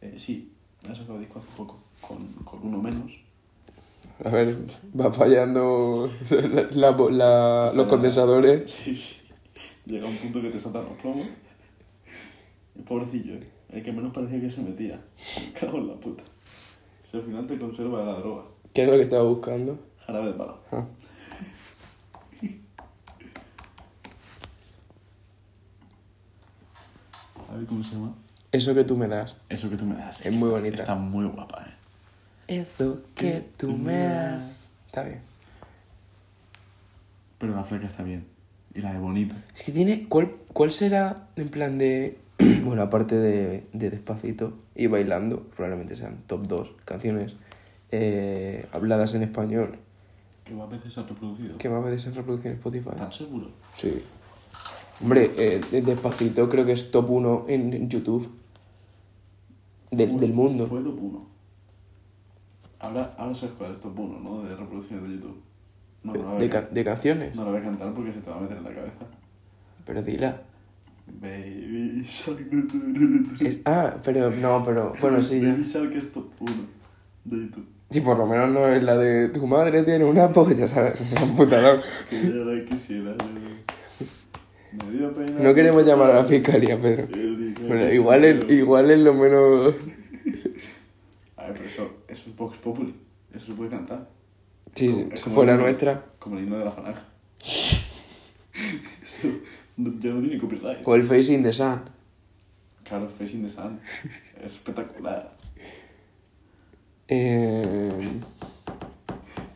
B: Eh, sí, han sacado disco hace poco, con, con uno menos.
A: A ver, va fallando *laughs* la- la- la- los condensadores.
B: Sí, sí. *laughs* Llega un punto que te saltan los plomos. Y pobrecillo, ¿eh? el que menos parecía que se metía. *laughs* Me Cago en la puta. Si al final te conserva la droga.
A: ¿Qué es lo que estaba buscando?
B: Jarabe de palo.
A: Ah.
B: *laughs* A ver cómo se llama.
A: Eso que tú me das.
B: Eso que tú me das. eh,
A: Es muy
B: Está-
A: bonita.
B: Está muy guapa, eh.
A: Eso
B: que tú me das.
A: Está bien.
B: Pero la flaca está bien. Y la de bonito.
A: Es que tiene... ¿Cuál, cuál será en plan de... *clears throat* Bueno, aparte de, de Despacito y Bailando, probablemente sean top 2 canciones eh, habladas en español.
B: Que más veces se ha reproducido.
A: ¿Qué más veces en reproducción en Spotify?
B: ¿Tan seguro?
A: Sí. Hombre, eh, Despacito creo que es top 1 en en YouTube. Del,
B: Fue-
A: del mundo.
B: Fue top 1. Ahora, ahora sabes cuál es top 1, ¿no? De reproducciones de YouTube. No, no, la
A: de,
B: voy
A: ca-
B: a-
A: de canciones.
B: no la voy a cantar porque se te va a meter en la cabeza.
A: Pero dila.
B: Baby Shark. du, du, du, du, du.
A: Es- ah, pero no, pero bueno, sí, ya.
B: Baby Shark es top 1 de YouTube.
A: Sí, por lo menos no es la de tu madre tiene una polla, *laughs* ya sabes, es un putadón.
B: Que ya la quisiera. yo. Me dio pena.
A: No queremos llamar a la fiscalía, Pedro.
B: El día
A: Pero
B: que
A: igual
B: se
A: es,
B: dio.
A: igual es lo menos.
B: A ver, pero eso, eso es Vox Populi. Eso se puede cantar.
A: Sí, si fuera nuestra.
B: Como el himno de la franja. *laughs* eso no- ya no tiene copyright.
A: O el Face in the Sun.
B: Claro, Face in the Sun. Es espectacular.
A: Eh,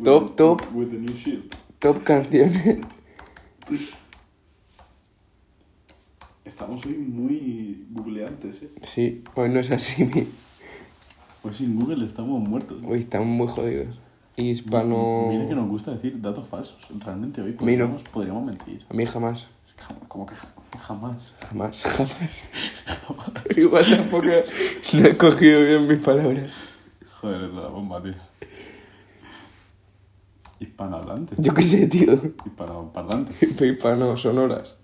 B: With
A: Top,
B: the-
A: top.
B: With the new shit.
A: top canciones. *laughs*
B: Estamos hoy muy googleantes, eh.
A: Sí, hoy no es así. *laughs* mi-
B: Pues sin Google estamos muertos.
A: Hoy están muy jodidos. Hispano.
B: Mira que nos gusta decir datos falsos. Realmente hoy
A: mí no.
B: podríamos, podríamos mentir.
A: A mí jamás.
B: Jam- Como que jam- jamás.
A: Jamás, jamás. Igual tampoco no he cogido bien mis palabras.
B: Joder, la bomba, tío. Hispanohablante.
A: Yo qué sé, tío. *laughs*
B: Hispanoparlante.
A: Hispano, sonoras.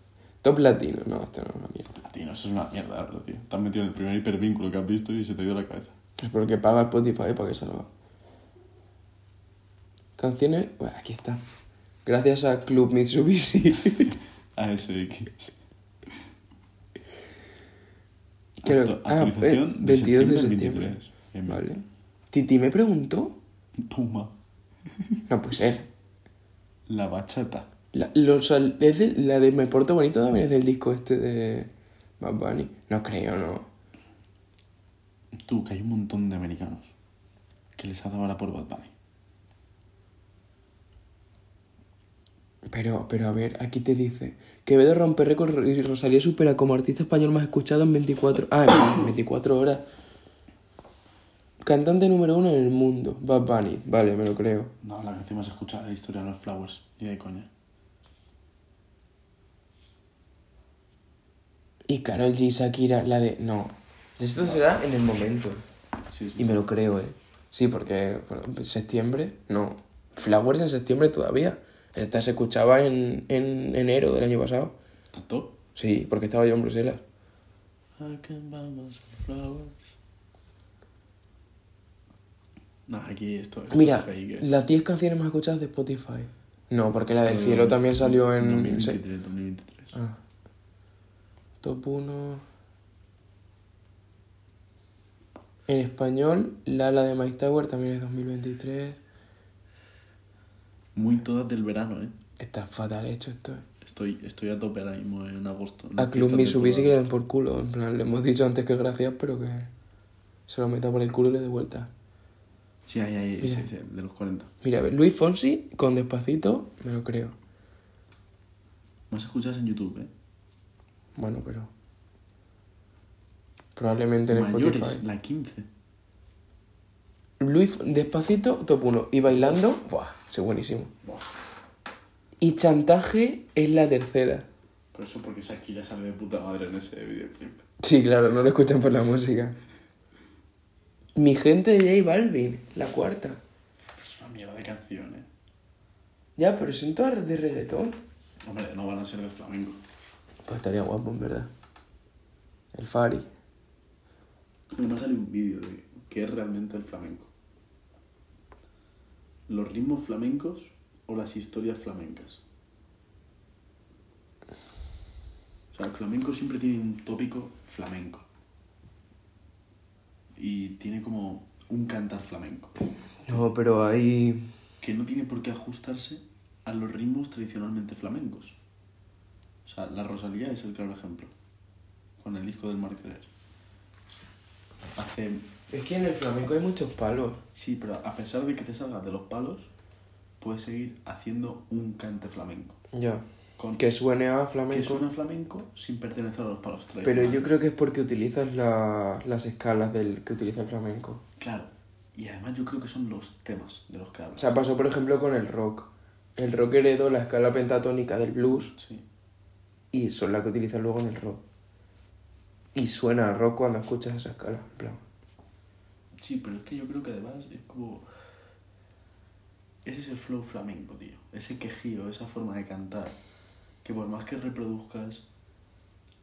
A: Top latino. No, esto no es una mierda.
B: Latino, eso es una mierda, la verdad, tío. Te has metido en el primer hipervínculo que has visto y se te dio la cabeza.
A: Es porque paga Spotify para que salga. Canciones. Bueno, aquí está. Gracias a Club
B: *laughs*
A: Mitsubishi.
B: ASX.
A: Creo-
B: Actu-
A: ah,
B: actualización
A: eh,
B: de
A: 22 de
B: septiembre al 23. Bien, bien.
A: vale. Titi me preguntó.
B: Toma.
A: No puede ser.
B: La bachata.
A: La, los al- es de- la de Me Porto Bonito también es del disco este de Bad Bunny. No creo, no.
B: Tú, que hay un montón de americanos que les ha dado ahora por Bad Bunny.
A: Pero, pero a ver, aquí te dice. Quevedo rompe récord y Rosalía supera como artista español más escuchado en 24... Ah, en *coughs* 24 horas. Cantante número uno en el mundo, Bad Bunny. Vale, me lo creo.
B: No, la canción más escuchada de la historia de los Flowers. Ni de coña.
A: Y Karol G, Shakira, la de... No. Esto será en el momento.
B: Sí, sí.
A: Y me lo creo, eh. Sí, porque bueno, septiembre, no. Flowers en septiembre todavía. Esta se escuchaba en, en enero del año pasado.
B: ¿Tanto?
A: Sí, porque estaba yo en Bruselas.
B: I can buy myself flowers. Nah, aquí esto, esto
A: Mira,
B: es fake. eh.
A: las 10 canciones más escuchadas de Spotify. No, porque la del
B: Pero
A: cielo también salió en...
B: 2023, 2023.
A: Ah. Top 1. En español, Lala de Mike Tower también es 2023.
B: Muy todas del verano, ¿eh?
A: Está fatal hecho esto. eh.
B: Estoy, estoy a tope ahora mismo en agosto. en
A: A
B: las
A: Club
B: fiestas de
A: Mitsubishi que
B: todo
A: le
B: agosto.
A: den por culo. En plan, le hemos dicho antes que gracias, pero que se lo meta por el culo y le dé vuelta.
B: Sí, ahí, ahí,
A: Mira.
B: sí, sí, de los 40.
A: Mira, a ver, Luis Fonsi con Despacito, me lo creo.
B: Más escuchadas en YouTube, ¿eh?
A: Bueno, pero. Probablemente en
B: Mayores,
A: Spotify.
B: la 15.
A: Luis Despacito, top 1. Y bailando, ¡buah! Es buenísimo.
B: Buah.
A: Y chantaje es la tercera.
B: Pero eso porque Shakira sale de puta madre en ese videoclip.
A: Sí, claro, no lo escuchan por la música. Mi gente de J Balvin, la cuarta.
B: Es una mierda de canción, ¿eh?
A: Ya, pero son todas de reggaetón.
B: Hombre, no van a ser del flamenco.
A: Pues estaría guapo, en verdad. El Fari.
B: No sale un vídeo de qué es realmente el flamenco. ¿Los ritmos flamencos o las historias flamencas? O sea, el flamenco siempre tiene un tópico flamenco. Y tiene como un cantar flamenco.
A: No, pero hay...
B: Que no tiene por qué ajustarse a los ritmos tradicionalmente flamencos. O sea, la Rosalía es el claro ejemplo. Con el disco del Mar Querer. Hace
A: Es que en el flamenco hay muchos palos.
B: Sí, pero a pesar de que te salgas de los palos, puedes seguir haciendo un cante flamenco.
A: Ya.
B: Con que,
A: Que suene a flamenco.
B: suena flamenco sin pertenecer a los palos
A: Pero
B: tradicionales.
A: yo creo que es porque utilizas la- las escalas del que utiliza el flamenco.
B: Claro. Y además yo creo que son los temas de los que
A: O
B: hablas.
A: sea, pasó por ejemplo con el rock. El rock heredó la escala pentatónica del blues
B: Sí.
A: y son las que utilizas luego en el rock. Y suena a rock cuando escuchas esa escala. en plan.
B: sí, pero es que yo creo que además es como... Ese es el flow flamenco, tío. Ese quejío, esa forma de cantar. Que por más que reproduzcas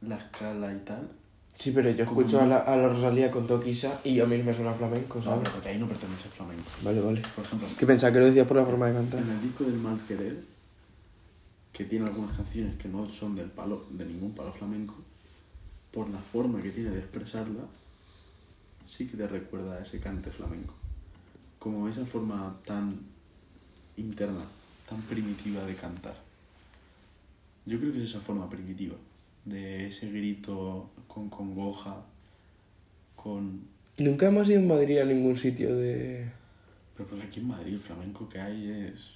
B: la escala y tal...
A: Sí, pero yo
B: Como
A: escucho
B: no.
A: a la, a la Rosalía con Toquisa y a mí me suena Pues a flamenco,
B: No,
A: ¿sabes?
B: pero porque ahí no pertenece el flamenco.
A: Vale, vale.
B: Por ejemplo,
A: Que pensaba que lo decías por la forma de cantar.
B: En el disco del Mal Querer, que tiene algunas canciones que no son del palo, de ningún palo flamenco, por la forma que tiene de expresarla, sí que te recuerda a ese cante flamenco. Como esa forma tan interna, tan primitiva de cantar. Yo creo que es esa forma primitiva, de ese grito con congoja, con...
A: Nunca hemos ido en Madrid a ningún sitio de...
B: Pero porque aquí en Madrid el flamenco que hay es...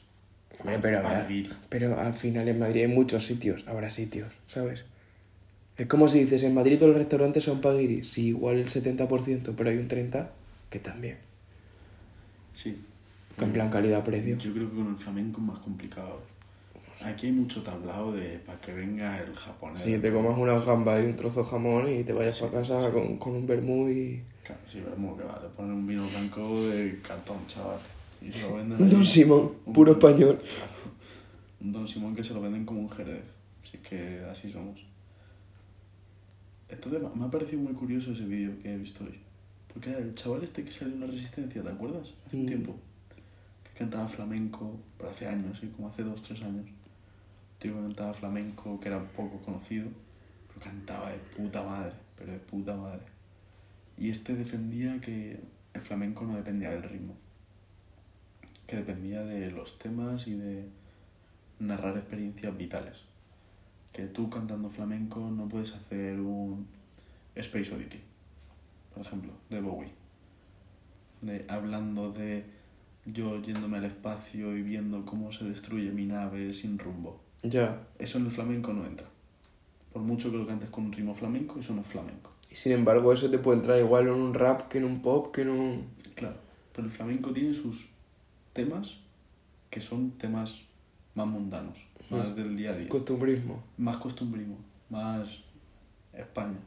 A: Hombre, pero habrá-
B: para vivir.
A: Pero al final en Madrid hay muchos sitios, habrá sitios, ¿sabes? Es como si dices, en Madrid todos los restaurantes son paguiris. Sí, igual el 70%, pero hay un 30% que también.
B: Sí,
A: Que en plan calidad-precio.
B: Mm. Yo creo que con el flamenco es más complicado. Aquí hay mucho tablao de para que venga el japonés.
A: Si te comas una gamba y un trozo de jamón y te vayas
B: Sí,
A: para casa con, con un vermú y...
B: Claro, sí, pero como que va, le ponen un vino blanco de cartón, chaval. Y se lo venden. ahí.
A: Don Simón,
B: Un-
A: puro español.
B: Claro. Un Don Simón que se lo venden como un jerez. Si es que así somos. Entonces me- me ha parecido muy curioso ese vídeo que he visto hoy. Porque era el chaval este que salió en la resistencia, ¿te acuerdas? Hace un
A: Mm.
B: tiempo. Que cantaba flamenco, pero hace años, ¿sí? como hace dos, tres años. Un Tío que cantaba flamenco, que era poco conocido, pero cantaba de puta madre, pero de puta madre. Y este defendía que el flamenco no dependía del ritmo que dependía de los temas y de narrar experiencias vitales. Que tú cantando flamenco no puedes hacer un Space Oddity, por ejemplo, de Bowie. De, hablando de yo yéndome al espacio y viendo cómo se destruye mi nave sin rumbo.
A: Ya.
B: Eso en el flamenco no entra. Por mucho que lo cantes con un ritmo flamenco, eso no es flamenco.
A: Y sin embargo eso te puede entrar igual en un rap que en un pop, que en un...
B: Claro, pero el flamenco tiene sus temas que son temas más mundanos, más del día a día.
A: costumbrismo.
B: más costumbrismo, más España.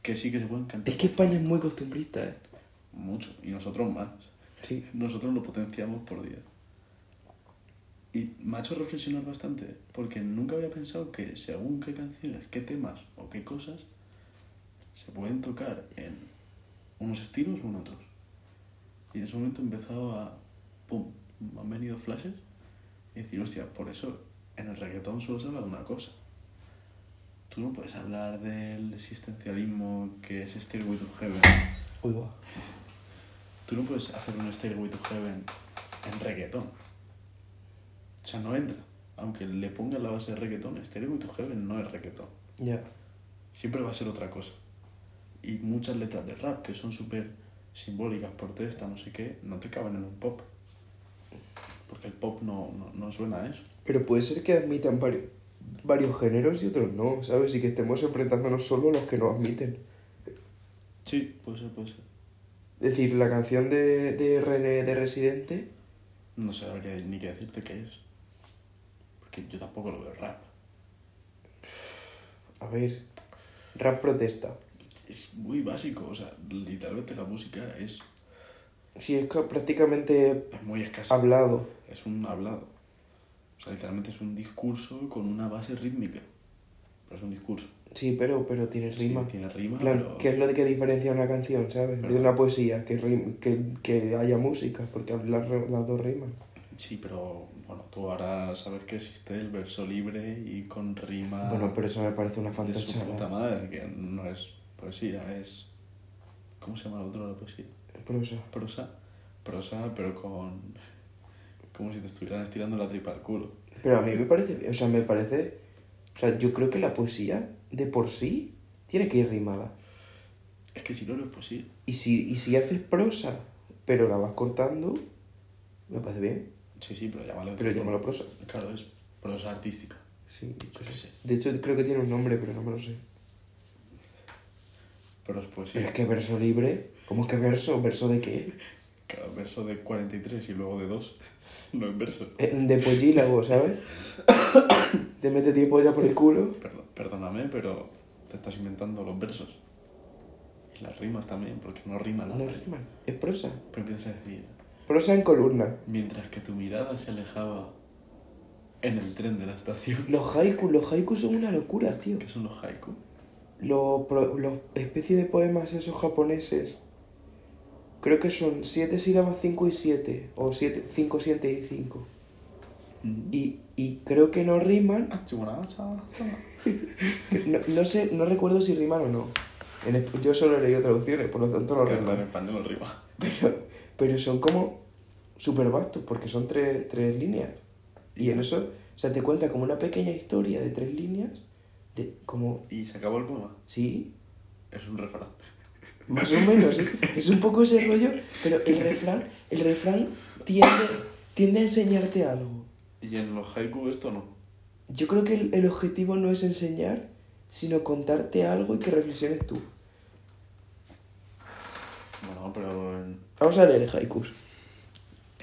B: Que sí que se pueden cantar.
A: Es que España es muy costumbrista, ¿eh?
B: Mucho, y nosotros más.
A: Sí.
B: Nosotros lo potenciamos por día. Y me ha hecho reflexionar bastante, porque nunca había pensado que según qué canciones, qué temas o qué cosas se pueden tocar en unos estilos o en otros. Y en ese momento empezaba a... ¡Pum! Me han venido flashes y decir, hostia, por eso en el reggaetón solo se habla de una cosa. Tú no puedes hablar del existencialismo que es Stairway to Heaven.
A: Uy, va.
B: Tú no puedes hacer un Stairway to Heaven en reggaetón. O sea, no entra. Aunque le pongas la base de reggaetón, Stairway to Heaven no es reggaetón.
A: Ya.
B: Siempre va a ser otra cosa. Y muchas letras de rap que son súper simbólicas, protesta, no sé qué, no te caben en un pop. Porque el pop no, no, no suena a eso.
A: Pero puede ser que admitan varios, varios géneros y otros no, ¿sabes? Y que estemos enfrentándonos solo a los que no admiten.
B: Sí, puede ser, puede ser.
A: Es decir, la canción de, de René de Residente,
B: No sabría ni qué decirte qué es. Porque yo tampoco lo veo rap.
A: a ver, rap protesta.
B: Es muy básico, o sea, literalmente la música es,
A: Sí, es que prácticamente
B: es muy escasa.
A: hablado.
B: Es un hablado. O sea, literalmente es un discurso con una base rítmica. Pero es un discurso.
A: Sí, pero, pero tiene
B: Sí,
A: rima.
B: tiene rima,
A: En plan,
B: pero...
A: ¿Qué es lo de que diferencia una canción, ¿sabes? De
B: Verdad.
A: una poesía, que, rim- que, que haya música, porque las, las dos riman.
B: Sí, pero bueno, tú ahora sabes que existe el verso libre y con rima
A: Bueno, pero eso me parece una
B: de su
A: fantasía.
B: Ah. puta madre, que no es poesía, es... ¿Cómo se llama el otro de la poesía?
A: Prosa.
B: Prosa. Prosa, pero con... Como si te estuvieran estirando la tripa al culo.
A: Pero a mí me parece, bien, o sea, me parece, o sea, yo creo que la poesía de por sí tiene que ir rimada.
B: Es que si no, no es poesía.
A: Y si, y si haces prosa, pero la vas cortando, me parece bien,
B: Sí, sí, pero llámalo...
A: pero llámalo prosa.
B: Claro, es prosa artística.
A: Sí,
B: Yo qué sé.
A: De hecho, creo que tiene un nombre, pero no me lo sé.
B: Pero es poesía.
A: Pero es que verso libre, ¿cómo es que verso? ¿Verso de qué?
B: Cada verso de 43 y luego de 2. *laughs* No es verso.
A: Eh, De pollílago,
B: *coughs*
A: ¿sabes? Te mete tiempo ya por el culo.
B: Perdón, perdóname, pero te estás inventando los versos. Y las rimas también, porque no rima nada.
A: No riman, es prosa.
B: Pero empiezas a decir,
A: Prosa en columna.
B: mientras que tu mirada se alejaba en el tren de la estación.
A: Los haikus, los haikus son una locura, tío.
B: ¿Qué son los haiku?
A: Los, pro- los especies de poemas esos japoneses. Creo que son 7 sílabas, 5 y 7. O 5, 7 y 5. Y, y creo que no riman.
B: ah,
A: No, no sé, no recuerdo si riman o no. En esp- yo solo he leído traducciones, por lo tanto no
B: Claro, En
A: riman.
B: español rima.
A: Pero, pero son como súper vastos, porque son tres, tres líneas. Y en eso, o sea, te cuenta como una pequeña historia de tres líneas. De, como,
B: Y se acabó el poema.
A: sí,
B: Es un refrán.
A: Más o menos, ¿eh? es un poco ese rollo, pero el refrán, el refrán tiende, tiende a enseñarte algo.
B: Y en los haiku esto no.
A: Yo creo que el, el objetivo no es enseñar, sino contarte algo y que reflexiones tú.
B: Bueno, pero en,
A: Vamos a leer haikus.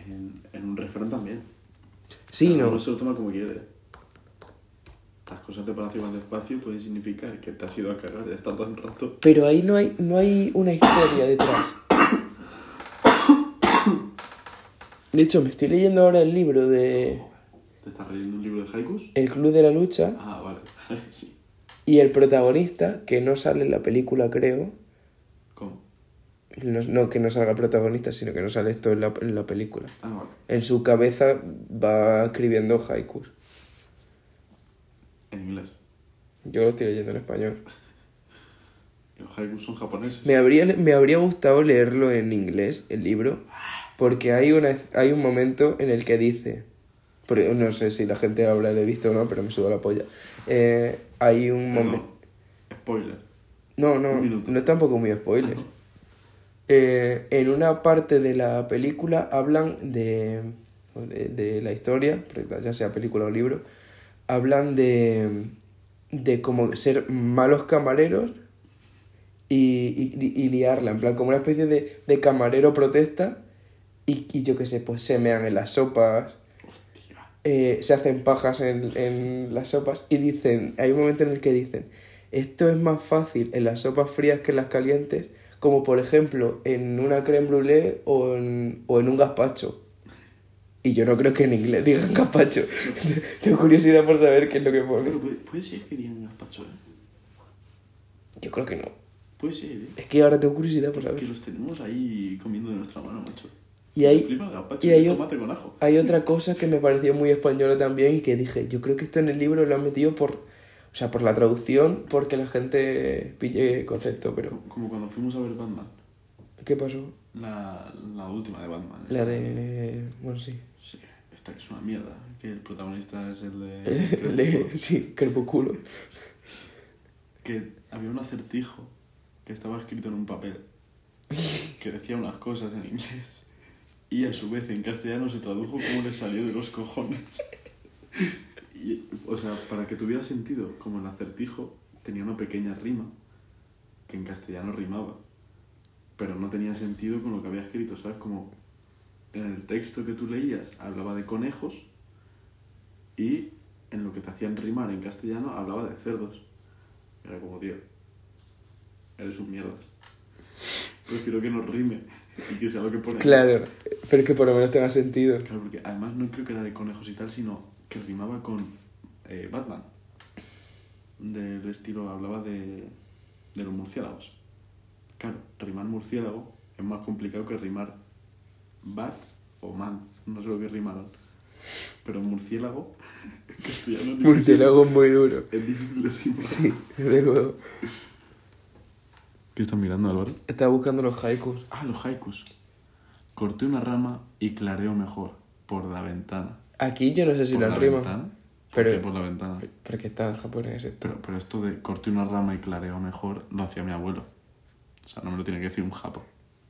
B: en, en un refrán también.
A: Sí,
B: Cada
A: no.
B: uno se lo toma como quiere. Las cosas de Palacio van despacio pueden significar que te has ido a cagar, ya está todo el rato.
A: Pero ahí no hay, no hay una historia detrás. De hecho, me estoy leyendo ahora el libro de
B: ¿Te estás leyendo un libro de haikus?
A: El Club de la Lucha
B: Ah, vale. *laughs* sí.
A: y el protagonista, que no sale en la película, creo.
B: ¿Cómo?
A: No, no que no salga el protagonista, sino que no sale esto en la, en la película.
B: Ah, vale.
A: En su cabeza va escribiendo haikus.
B: En inglés.
A: Yo lo estoy leyendo en español.
B: Y Los haikus son japoneses.
A: Me habría, me habría gustado leerlo en inglés, el libro, porque hay, una, hay un momento en el que dice, porque no sé si la gente habrá visto o no, pero me suda la polla. Eh, hay un
B: Perdón.
A: momento...
B: Spoiler.
A: No, no,
B: Un minuto. Ah,
A: no es tampoco muy spoiler. Eh, en una parte de la película hablan de, de, de la historia, ya sea película o libro, hablan de, de como ser malos camareros y, y, y liarla, en plan como una especie de, de camarero protesta y, y yo qué sé, pues se mean en las sopas,
B: Hostia.
A: eh, se hacen pajas en, en las sopas y dicen, hay un momento en el que dicen, esto es más fácil en las sopas frías que en las calientes, como por ejemplo en una creme brûlée o en, o en un gazpacho. Y yo no creo que en inglés digan *laughs* gazpacho. Tengo curiosidad por saber qué es lo que pone.
B: Bueno, puede, puede ser que digan gazpacho, ¿eh?
A: Yo creo que no.
B: Puede ser, ¿eh?
A: Es que ahora tengo curiosidad por
B: Que
A: saber.
B: los tenemos ahí comiendo de nuestra mano, macho.
A: Y
B: Me
A: hay,
B: Flipa el gazpacho
A: y Ah,
B: y
A: hay un-
B: tomate con ajo.
A: hay otra cosa que me pareció muy española también y que dije, yo creo que esto en el libro lo han metido por, o sea, por la traducción, porque la gente pille el concepto, pero...
B: Como- Como cuando fuimos a ver Batman.
A: ¿Qué pasó?
B: La, la última de Batman.
A: La de... Bueno, sí.
B: Sí, esta que es una mierda. Que el protagonista es el de.
A: *laughs* *laughs* El de... Sí, Crepúsculo.
B: Que había un acertijo que estaba escrito en un papel que decía unas cosas en inglés y a su vez en castellano se tradujo como le salió de los cojones. Y, o sea, para que tuviera sentido, como el acertijo tenía una pequeña rima que en castellano rimaba, pero no tenía sentido con lo que había escrito, ¿sabes? Como en el texto que tú leías hablaba de conejos y en lo que te hacían rimar en castellano hablaba de cerdos. Era como, tío, eres un mierda. Prefiero que no rime y que sea lo que pone.
A: Claro, pero es que por lo menos tenga sentido.
B: Claro, porque además no creo que era de conejos y tal, sino que rimaba con eh, Batman. Del estilo, hablaba de, de los murciélagos. Claro, rimar murciélago es más complicado que rimar bat o man. No sé lo que rimaron. Pero murciélago, *laughs* en castellano es difícil-
A: Murciélago es muy duro.
B: Es difícil de rimar.
A: Sí, desde luego.
B: ¿Qué estás mirando, Álvaro?
A: Estaba buscando los haikus.
B: Ah, los haikus. Corté una rama y clareo mejor. Por la ventana.
A: Aquí yo no sé si
B: ¿Por
A: lo
B: la
A: han rima.
B: ventana? ¿Por
A: Pero-
B: qué por la ventana?
A: Porque está en japonés esto.
B: Pero, pero esto de corté una rama y clareo mejor lo hacía mi abuelo. O sea, no me lo tiene que decir un japo.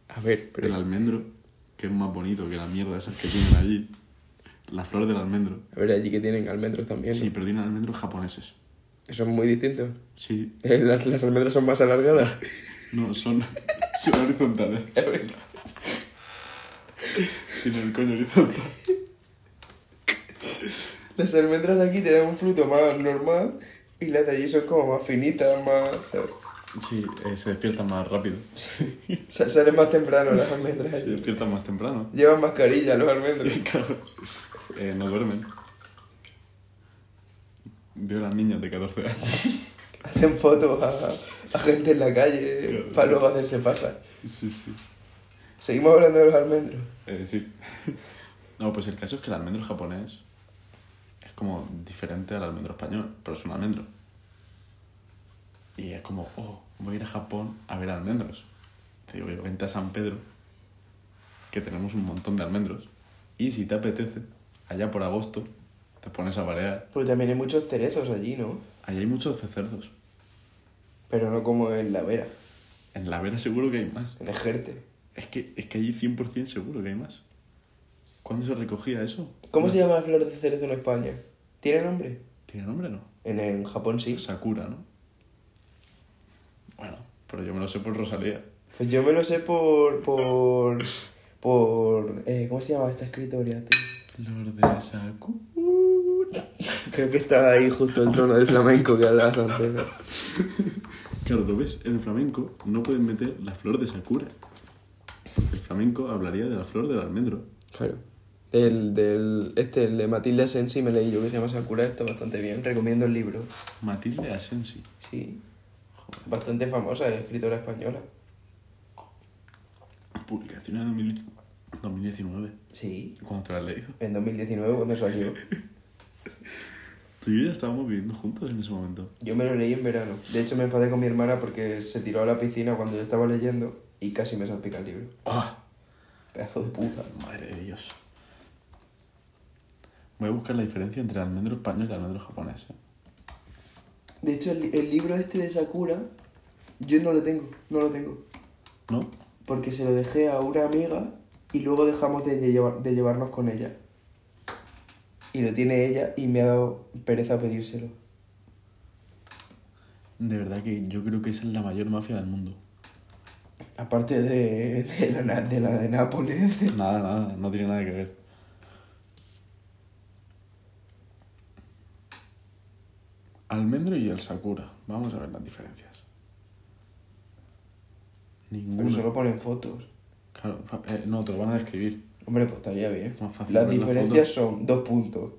A: A ver,
B: El
A: pero...
B: almendro, que es más bonito que la mierda esas que tienen allí. La flor del almendro.
A: A ver, allí que tienen almendros también. ¿no?
B: Sí, pero tienen almendros japoneses.
A: Son muy distintos.
B: Sí,
A: Eh, Las, las almendras son más alargadas.
B: no, son, *laughs* son horizontales. Tienen el coño horizontal.
A: *laughs* Las almendras de aquí te dan un fruto más normal y las de allí son como más finitas, más...
B: Sí, eh, se despiertan más rápido.
A: sa- Salen más temprano las almendras.
B: Se despiertan más temprano.
A: Llevan mascarilla los almendros.
B: Claro. Eh, no duermen. Veo a las niñas de 14 años.
A: Hacen fotos a, a gente en la calle
B: Claro.
A: para luego hacerse pasar.
B: Sí, sí.
A: Seguimos hablando de los almendros.
B: Eh, sí. *laughs* No, pues el caso es que el almendro japonés es como diferente al almendro español, pero es un almendro. Y es como, oh, voy a ir a Japón a ver almendros. Te digo, yo, vente a San Pedro, que tenemos un montón de almendros. Y si te apetece, allá por agosto, te pones a variar.
A: Porque también hay muchos cerezos allí, ¿no?
B: Allá hay muchos cerdos.
A: Pero no como en la vera,
B: En la vera seguro que hay más.
A: en Ejerte.
B: Es que, es que allí 100% seguro que hay más. ¿Cuándo se recogía eso?
A: ¿Cómo se llama la flor de cerezo en España? ¿Tiene nombre?
B: ¿Tiene nombre o no?
A: En, en Japón sí.
B: Sakura, ¿no? Bueno, pero yo me lo sé por Rosalía.
A: Pues yo me lo sé por... por... por... eh, ¿Cómo se llama esta escritora, tío?
B: Flor de Sakura.
A: Creo que estaba ahí justo el trono del flamenco que hablabas antes. ¿no?
B: Claro, lo ves, en el flamenco no pueden meter la flor de Sakura. El flamenco hablaría de la flor del almendro.
A: Claro. El del. Este, el de Matilde Asensi me leí yo que se llama Sakura, está bastante bien. Recomiendo el libro.
B: Matilde Asensi.
A: Sí. Bastante famosa, escritora española.
B: Publicación de 2000 2019.
A: Sí.
B: Cuando te la has leído.
A: En 2019 cuando salió.
B: Tú y yo ya estábamos viviendo juntos en ese momento.
A: Yo me lo leí en verano. De hecho me enfadé con mi hermana porque se tiró a la piscina cuando yo estaba leyendo y casi me salpica el libro.
B: ¡Ah!
A: Pedazo de puta.
B: Madre de Dios. Voy a buscar la diferencia entre el almendro español y el almendro japonés. ¿eh?
A: De hecho el, el libro este de Sakura yo no lo tengo, no lo tengo.
B: ¿No?
A: Porque se lo dejé a una amiga y luego dejamos de, llevar- de llevarnos con ella. Y lo tiene ella y me ha dado pereza pedírselo.
B: De verdad que yo creo que esa es la mayor mafia del mundo.
A: Aparte de, de, la, na- de la de Nápoles.
B: Nada, nada, no tiene nada que ver. Almendro y el Sakura. Vamos a ver las diferencias.
A: Pero
B: Ninguna.
A: solo ponen fotos.
B: Claro, fa- eh, no, te lo van a describir.
A: Hombre, pues estaría bien.
B: Más fácil
A: Las
B: ver las
A: diferencias son dos puntos.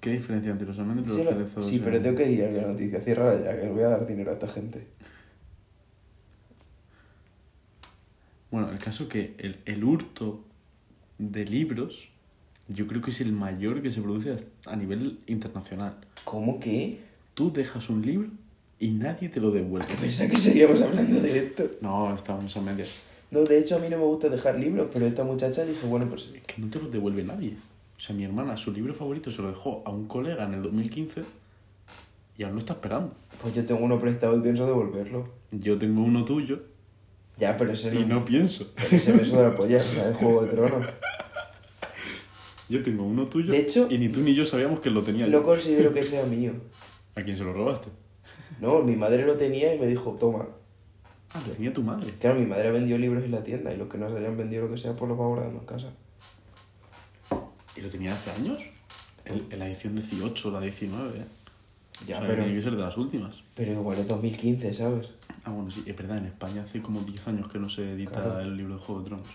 B: ¿Qué diferencia entre los almendros y
A: Sí,
B: los
A: no-
B: cerezos?
A: sí,
B: eh?
A: pero tengo que tirar la noticia. Cierra ya, que le voy a dar dinero a esta gente.
B: Bueno, el caso que el, el hurto de libros yo creo que es el mayor que se produce hasta- a nivel internacional.
A: ¿Cómo que?
B: Tú dejas un libro y nadie te lo devuelve.
A: Pensaba que seguíamos hablando de esto.
B: No, estamos a medias.
A: No, de hecho a mí no me gusta dejar libros, pero esta muchacha dijo, bueno, pues
B: Que no te los devuelve nadie. O sea, mi hermana, su libro favorito se lo dejó a un colega en el 2015 y aún lo está esperando.
A: Pues yo tengo uno prestado y pienso devolverlo.
B: Yo tengo uno tuyo
A: Ya, pero ese
B: y
A: no.
B: no pienso.
A: Ese beso de la polla, o sea, el juego de tronos.
B: Yo tengo uno tuyo
A: De hecho-
B: y ni tú ni yo sabíamos que lo tenía
A: No
B: yo.
A: considero que sea mío.
B: ¿A quién se lo robaste?
A: No, mi madre lo tenía y me dijo, toma.
B: Ah, lo tenía tu madre.
A: Claro, mi madre vendió libros en la tienda y los que no se habían vendido lo que sea, pues los va guardando en casa.
B: ¿Y lo tenía hace años? El- en la edición 18, la 19, ¿eh?
A: Ya,
B: O sea,
A: pero,
B: Tiene que ser de las últimas.
A: pero igual es 2015, ¿sabes?
B: Ah, bueno, sí, es verdad, en España hace como 10 años que no se edita
A: Claro.
B: el libro de Juego de Tronos.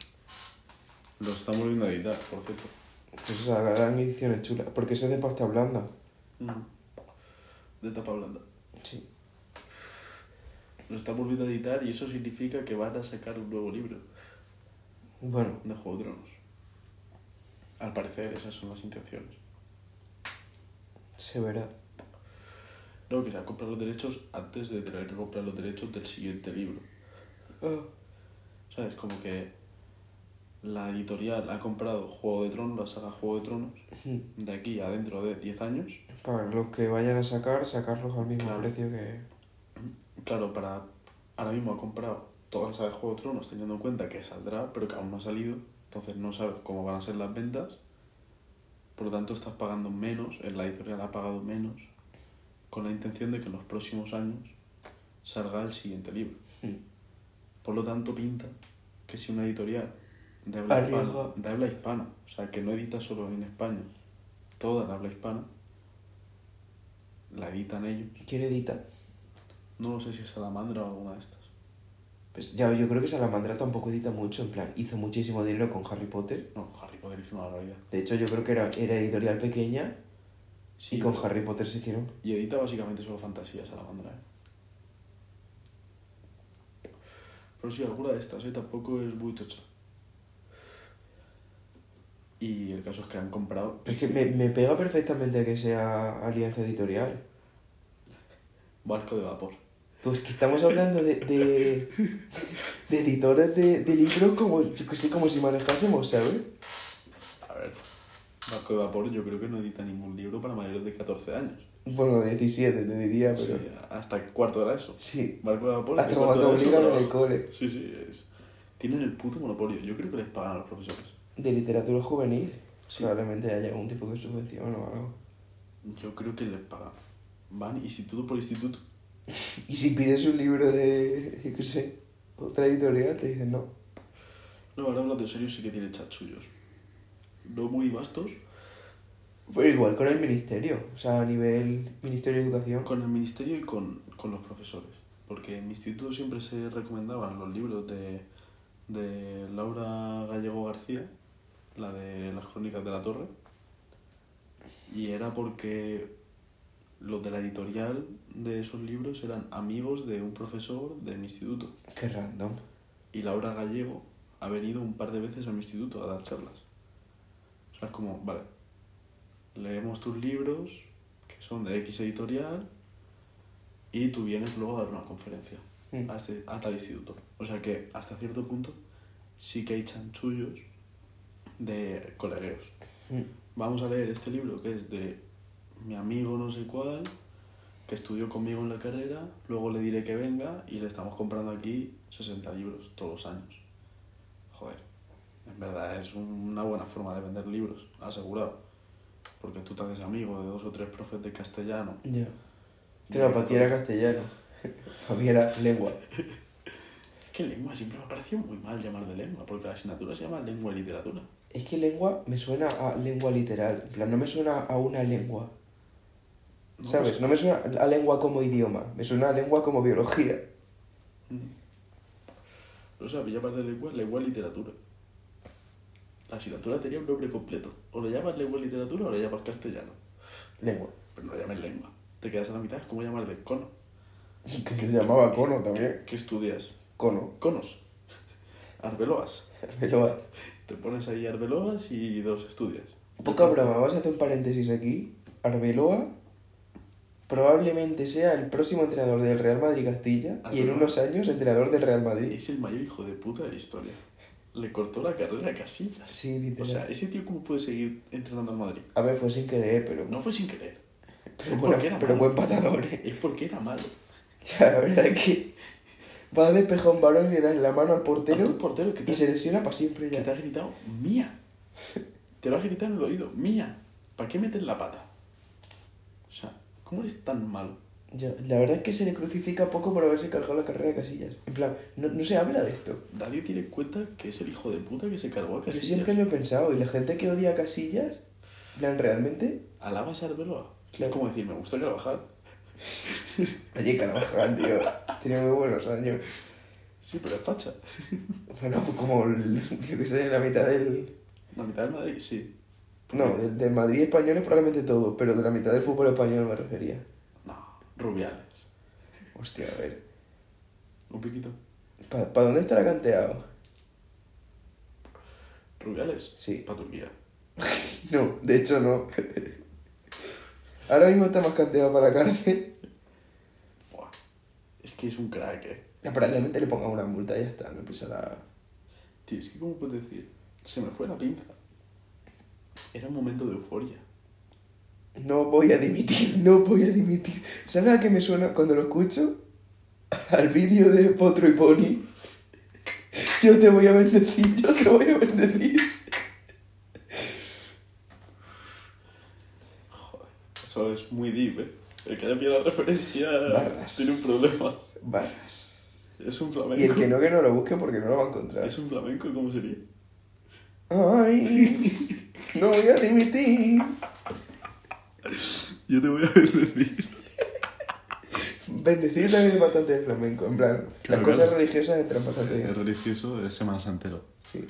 B: Lo están volviendo a editar, por cierto.
A: Pues sacarán ediciones chulas, porque eso es de pasta blanda.
B: De tapa blanda.
A: Sí.
B: Lo están volviendo a editar y eso significa que van a sacar un nuevo libro
A: Bueno,
B: de Juego de Tronos. Al parecer, esas son las intenciones.
A: se verá.
B: No, que se han comprado los derechos antes de tener que comprar los derechos del siguiente libro.
A: Ah,
B: ¿Sabes? Como que la editorial ha comprado Juego de Tronos, la saga Juego de Tronos,
A: ujú.
B: de aquí a dentro de 10 años.
A: Para los que vayan a sacar, sacarlos al mismo
B: Claro.
A: precio que...
B: Claro, para ahora mismo ha comprado toda la saga de Juego de Tronos, teniendo en cuenta que saldrá, pero que aún no ha salido. Entonces no sabes cómo van a ser las ventas. Por lo tanto, estás pagando menos, eh, la editorial ha pagado menos, con la intención de que en los próximos años salga el siguiente libro.
A: Hmm.
B: Por lo tanto, pinta que si una editorial de habla,
A: Arriesga.
B: hispana, de habla hispana, o sea, que no edita solo en España, toda la habla hispana, la editan ellos.
A: ¿Quién edita?
B: No lo sé si es Salamandra o alguna de estas.
A: Pues ya, yo creo que Salamandra tampoco edita mucho, en plan, hizo muchísimo dinero con Harry Potter.
B: No, Harry Potter hizo una barbaridad.
A: De hecho, yo creo que era, era editorial pequeña
B: Sí,
A: y con Harry Potter se hicieron.
B: y edita básicamente solo fantasía Salamandra, ¿eh? Pero sí, alguna de estas, ¿eh? Tampoco es muy tocha. Y el caso es que han comprado...
A: Es que me, me pega perfectamente que sea alianza editorial.
B: Barco de vapor.
A: Pues que estamos hablando de, de, de editores de, de libros como, yo que sé, como si manejásemos, ¿sabes?
B: A ver... Barco de vapor yo creo que no edita ningún libro para mayores de 14 años.
A: Bueno, 17 te diría,
B: Sí,
A: pero...
B: hasta cuarto de la ESO.
A: Sí.
B: Barco de vapor...
A: Hasta
B: de cuarto
A: cuando
B: de la ESO
A: obligan
B: para
A: en el
B: abajo.
A: cole.
B: Sí, sí, es... Tienen el puto monopolio. Yo creo que les pagan a los profesores.
A: De literatura juvenil,
B: Sí.
A: probablemente haya algún tipo de subvención o algo.
B: Yo creo que les pagan. Van instituto por instituto.
A: Y si pides un libro de, yo qué sé, otra editorial, te dicen no.
B: No, ahora hablando en serio, sí que tiene chats suyos. No muy vastos,
A: Pero igual con el ministerio, o sea, a nivel Ministerio de Educación.
B: Con el ministerio y con, con los profesores. Porque en mi instituto siempre se recomendaban los libros de, de Laura Gallego García, la de las crónicas de la torre. Y era porque los de la editorial de esos libros eran amigos de un profesor de mi instituto.
A: Qué random.
B: Y Laura Gallego ha venido un par de veces a mi instituto a dar charlas. O sea, es como, vale, leemos tus libros, que son de X editorial, y tú vienes luego a dar una conferencia
A: Mm.
B: a, este- a tal instituto. O sea que hasta cierto punto sí que hay chanchullos de colegueos.
A: Mm.
B: Vamos a leer este libro que es de mi amigo no sé cuál, que estudió conmigo en la carrera, luego le diré que venga y le estamos comprando aquí 60 libros todos los años. Joder, en verdad es un- una buena forma de vender libros, asegurado. Porque tú te haces amigo de dos o tres profes de castellano.
A: Ya. Claro, para ti era castellano. *laughs* Para mí era lengua.
B: Es que lengua siempre me ha parecido muy mal llamar de lengua, porque la asignatura se llama lengua y literatura.
A: Es que lengua me suena a lengua literal. En plan, no me suena a una lengua.
B: No,
A: ¿Sabes?
B: pues-
A: No me suena a lengua como idioma. Me suena a lengua como biología.
B: Mm. Pero, pues, o sea, yo aparte de lengua, lengua y literatura. La asignatura tenía un nombre completo. O le llamas lengua y literatura o le llamas castellano.
A: Lengua. *laughs*
B: Pero no le llames lengua. Te quedas a la mitad, es como llamar de cono.
A: Que se llamaba cono también.
B: ¿Qué estudias?
A: Cono.
B: Conos. *laughs* Arbeloas.
A: Pero,
B: Te pones ahí arbeloas y dos estudias.
A: poca broma, vamos a hacer un paréntesis aquí. Arbeloa probablemente sea el próximo entrenador del Real Madrid Castilla y en
B: Arbeloa.
A: unos años entrenador del Real Madrid.
B: Es el mayor hijo de puta de la historia. Le cortó la carrera a Casillas.
A: Sí,
B: O
A: literal.
B: sea, ese tío cómo puede seguir entrenando al Madrid.
A: A ver, fue sin querer, pero.
B: No fue sin querer.
A: pero,
B: es
A: buena-
B: porque era
A: pero
B: malo.
A: buen patador, eh. *laughs*
B: Es porque era malo.
A: Ya, la verdad es que. Va a despejar un balón y le das la mano al
B: Pero un
A: portero
B: portero que te,
A: y se lesiona para siempre
B: que te
A: ya.
B: ha gritado, mía. Te lo has gritado en el oído, mía. ¿Para qué metes la pata? O sea, ¿cómo eres tan malo?
A: Ya, La verdad es que se le crucifica poco por haberse cargado la carrera de casillas. En plan, no, no se habla de esto.
B: Nadie tiene en cuenta que es el hijo de puta que se cargó a
A: Yo
B: Casillas.
A: siempre lo he pensado, y la gente que odia a Casillas, en plan, realmente,
B: ¿Alabas a Arbeloa?
A: Claro.
B: Es como decir, me gusta Carvajal.
A: oye, Carvajal, tío, tenía muy buenos años.
B: Sí, pero es facha.
A: Bueno, fue como, *laughs* el- yo que sé, la mitad del...
B: La mitad del Madrid, sí.
A: No, del del Madrid español es probablemente todo, pero de la mitad del fútbol español me refería.
B: No, Rubiales.
A: Hostia, a ver,
B: Un piquito.
A: ¿para dónde estará canteado?
B: Rubiales.
A: Sí.
B: Para Turquía.
A: No, de hecho no. *laughs* Ahora mismo está más canteado para la cárcel.
B: Buah. Es que es un crack, eh.
A: Ya, Probablemente le ponga una multa y ya está, no pisará...
B: Tío, es que ¿cómo puedes decir? Se me fue la pinza. Era un momento de euforia.
A: No voy a dimitir, no voy a dimitir. ¿Sabes a qué me suena cuando lo escucho? *laughs* Al vídeo de Potro y Pony. *laughs* Yo te voy a bendecir, yo te voy a bendecir.
B: Joder, eso es muy deep, eh. El que haya pillado la referencia
A: Barras.
B: tiene un problema.
A: Barras.
B: Es un
A: Y el
B: flamenco.
A: que no, que no lo busque porque no lo va a encontrar.
B: Es un flamenco, ¿cómo sería?
A: Ay, no voy a dimitir.
B: Yo te voy a *laughs* decir.
A: Bendecir también es bastante de flamenco, en plan. Las
B: Claro,
A: cosas
B: claro.
A: religiosas entran bastante
B: El
A: bien.
B: religioso es Semana Santero.
A: Sí.